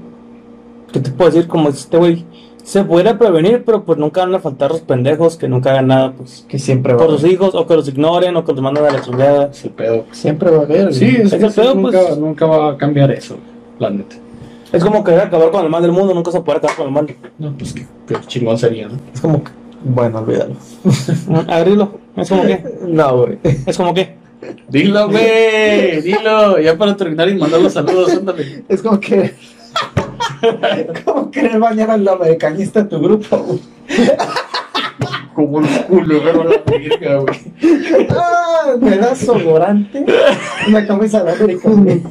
Speaker 2: ¿qué te puedo decir? Como este güey, se pudiera prevenir, pero pues nunca van a faltar los pendejos que nunca hagan nada, pues.
Speaker 1: Que siempre va,
Speaker 2: Por sus hijos, o que los ignoren, o que los manden a la chingada.
Speaker 3: Es el pedo.
Speaker 1: siempre va a haber. güey.
Speaker 3: Sí, es
Speaker 2: Es
Speaker 3: que
Speaker 2: el pedo,
Speaker 3: eso nunca,
Speaker 2: pues.
Speaker 3: nunca va a cambiar eso, la neta.
Speaker 2: Es como querer acabar con el mal del mundo, nunca se puede acabar con el mal.
Speaker 3: No, pues qué, qué chingón sería, ¿no?
Speaker 1: Es como que- Bueno, olvídalo.
Speaker 2: Abrirlo, es como que,
Speaker 1: No, güey.
Speaker 2: es como que.
Speaker 3: Dilo, güey, dilo. Ya para terminar y mandar los saludos, ándale.
Speaker 1: Es como que. como querer bañar al americanista de tu grupo, güey.
Speaker 3: Como los culos, pero la verga, güey.
Speaker 1: Ah, me da soborante. Una camisa de América, güey.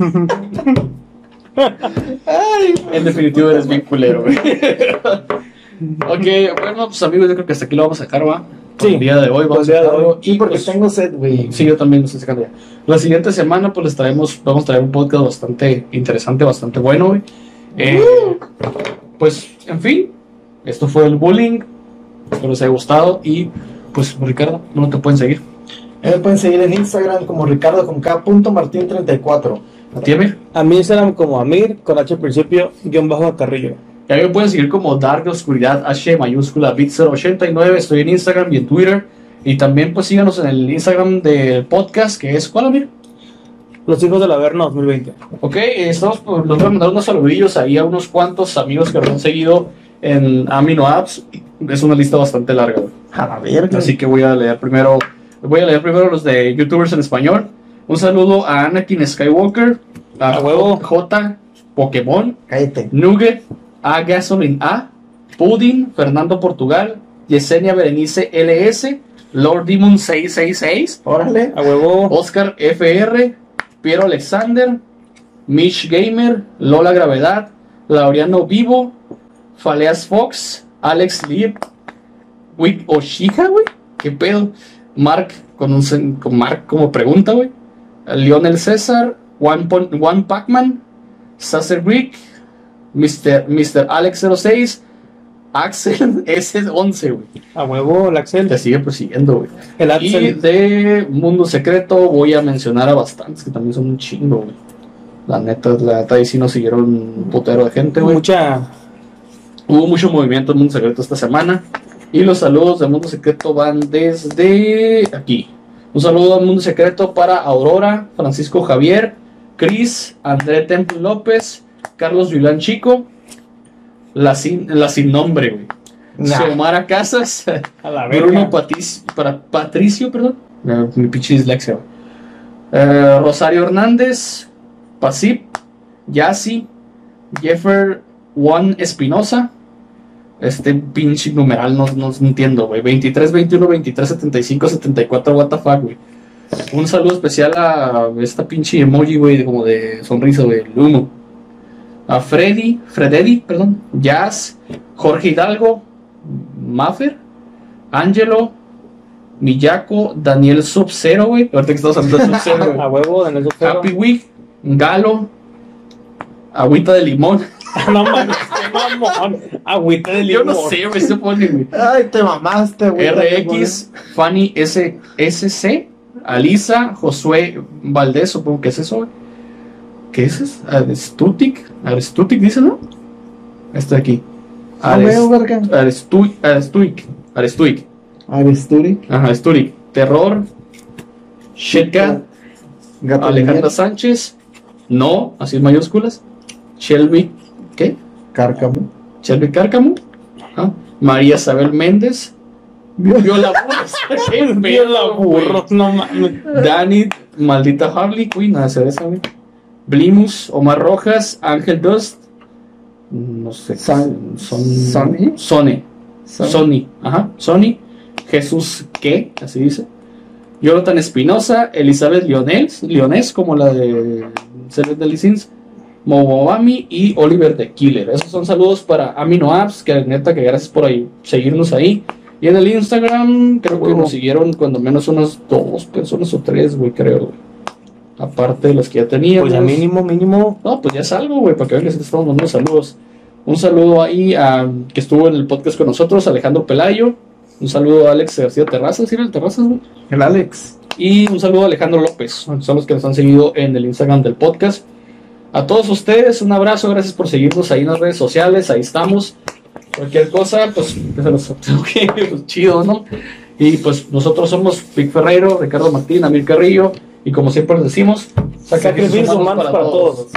Speaker 1: Ay,
Speaker 3: En definitivo eres bien culero, güey. ok, bueno, pues amigos, yo creo que hasta aquí lo vamos a sacar, ¿va? Por
Speaker 2: Sí.
Speaker 3: El día de hoy vamos
Speaker 2: Por el día
Speaker 3: a
Speaker 2: de
Speaker 3: sacarlo.
Speaker 1: Sí, porque
Speaker 3: pues,
Speaker 1: tengo sed, güey.
Speaker 3: Sí, yo también lo estoy sacando ya. La siguiente semana, pues les traemos, vamos a traer un podcast bastante interesante, bastante bueno, güey. Eh, pues, en fin, esto fue el bullying. Espero les haya gustado. Y, pues, Ricardo, ¿no te pueden seguir?
Speaker 1: Eh, pueden seguir en Instagram como Ricardo con K. punto Martín 34.
Speaker 3: ¿A ti, Amir?
Speaker 2: A mí Instagram como Amir, con H al principio, guión bajo a Carrillo.
Speaker 3: Y a mí me pueden seguir como Dark Oscuridad H mayúscula bit 089. Estoy en Instagram y en Twitter. Y también, pues, síganos en el Instagram del podcast, que es, ¿cuál, Amir?
Speaker 2: Los hijos del Averno 2020.
Speaker 3: Ok, eh, estamos por, los voy a mandar unos saludillos ahí a unos cuantos amigos que nos han seguido en Amino Apps. Es una lista bastante larga. güey.
Speaker 1: A la verga.
Speaker 3: Así que voy a leer primero. Voy a leer primero los de YouTubers en español. Un saludo a Anakin Skywalker, a,
Speaker 2: A huevo.
Speaker 3: J, Pokémon,
Speaker 1: Cállate.
Speaker 3: Nugget, A Gasoline A, Pudding, Fernando Portugal, Yesenia Berenice LS, Lord Demon 666,
Speaker 1: Órale.
Speaker 2: A huevo.
Speaker 3: Oscar FR, Piero Alexander, Mish Gamer, Lola Gravedad, Laureano Vivo, Faleas Fox, Alex Lieb, Wick Oshija, güey, qué pedo, Mark con un sen- con Mark como pregunta, güey, Lionel César, Juan, Pon- Juan Pacman, Sacer Brick, Mr. Mr. Alex 06, Axel S11, güey.
Speaker 2: A huevo, el Axel.
Speaker 3: Te sigue persiguiendo, güey.
Speaker 2: El
Speaker 3: Pues, Y
Speaker 2: Axel.
Speaker 3: de Mundo Secreto voy a mencionar a bastantes que también son un chingo, güey. La neta, la neta, ahí sí nos siguieron un putero de gente, güey.
Speaker 2: Mucha.
Speaker 3: Hubo mucho movimiento en Mundo Secreto esta semana. Y los saludos de Mundo Secreto van desde aquí. Un saludo a Mundo Secreto para Aurora, Francisco Javier, Cris, André Temple López, Carlos Vilán Chico, la sin, la sin nombre, güey.
Speaker 1: Nah.
Speaker 3: Xiomara Casas,
Speaker 2: A la
Speaker 3: Bruno
Speaker 2: verga.
Speaker 3: Patis- para Patricio, perdón. Eh, Mi pinche dislexia. güey. Eh, Rosario Hernández, Pasip, Yassi, Jeffer Juan Espinosa. Este pinche numeral no, no entiendo, güey. 23, 21, 23, 75, 74, what the fuck, güey. Un saludo especial a esta pinche emoji, güey, de- como de sonrisa, güey, el uno. A Freddy, Frededi, perdón, Jazz, Jorge Hidalgo, Maffer, Angelo, Millaco, Daniel Subzero, güey. Ahorita que estamos hablando de Subzero,
Speaker 2: A
Speaker 3: güey.
Speaker 2: huevo en el sub-cero.
Speaker 3: Happy Week, Galo, Agüita de Limón.
Speaker 2: No mames, qué mamón. Agüita de
Speaker 3: Yo
Speaker 2: limón.
Speaker 3: no sé, güey, se pone, güey.
Speaker 1: Ay, te mamaste, güey.
Speaker 3: RX, Fanny S SC, Alisa, Josué Valdés, supongo que es eso, güey. ¿Qué es eso? Aristutic, Aristutic dice, ¿no? Está aquí.
Speaker 1: A huevo, verga.
Speaker 3: Aristuic, Aristuic, Aristuic,
Speaker 1: Aristuri.
Speaker 3: ajá, Aristuic, Terror, Shekat,
Speaker 1: Gato
Speaker 3: Alejandra
Speaker 1: Alejandro.
Speaker 3: Sánchez, no, así en mayúsculas, Shelby, ¿qué?
Speaker 1: Cárcamo.
Speaker 3: Shelby Cárcamo, ajá, María Isabel Méndez, Viola Burros, qué
Speaker 2: Bien la
Speaker 3: pedo, güey.
Speaker 2: burro, no mames.
Speaker 3: Dani, maldita Harley Quinn, nada se esa, güey. Blimus, Omar Rojas, Ángel Dust, no sé,
Speaker 1: San-
Speaker 3: son,
Speaker 1: Sony?
Speaker 3: Sony, Sony, ajá, Sony, Jesús ¿qué? así dice, Jonathan Espinosa, Elizabeth Leonés, Leonés como la de Celeste de Licins, Momobami y Oliver de Killer. Esos son saludos para Amino Apps, que neta que gracias por ahí seguirnos ahí. Y en el Instagram creo que
Speaker 1: Huevo.
Speaker 3: nos siguieron cuando menos unas dos personas o tres, güey, creo, güey. Aparte de los que ya teníamos.
Speaker 2: Pues ya mínimo, mínimo.
Speaker 3: No, pues ya salgo, güey, para que vean que sí te estamos mandando saludos. Un saludo ahí a que estuvo en el podcast con nosotros, Alejandro Pelayo. Un saludo a Alex García Terrazas, ¿sí era el Terrazas, güey?
Speaker 1: El Alex.
Speaker 3: Y un saludo a Alejandro López, que son los que nos han seguido en el Instagram del podcast. A todos ustedes, un abrazo, gracias por seguirnos ahí en las redes sociales, ahí estamos. Cualquier cosa, pues, que se los- ok, pues, chido, ¿no? Y pues nosotros somos Vic Ferreiro, Ricardo Martín, Amir Carrillo, y como siempre les decimos,
Speaker 2: Sacrificio manos para todos.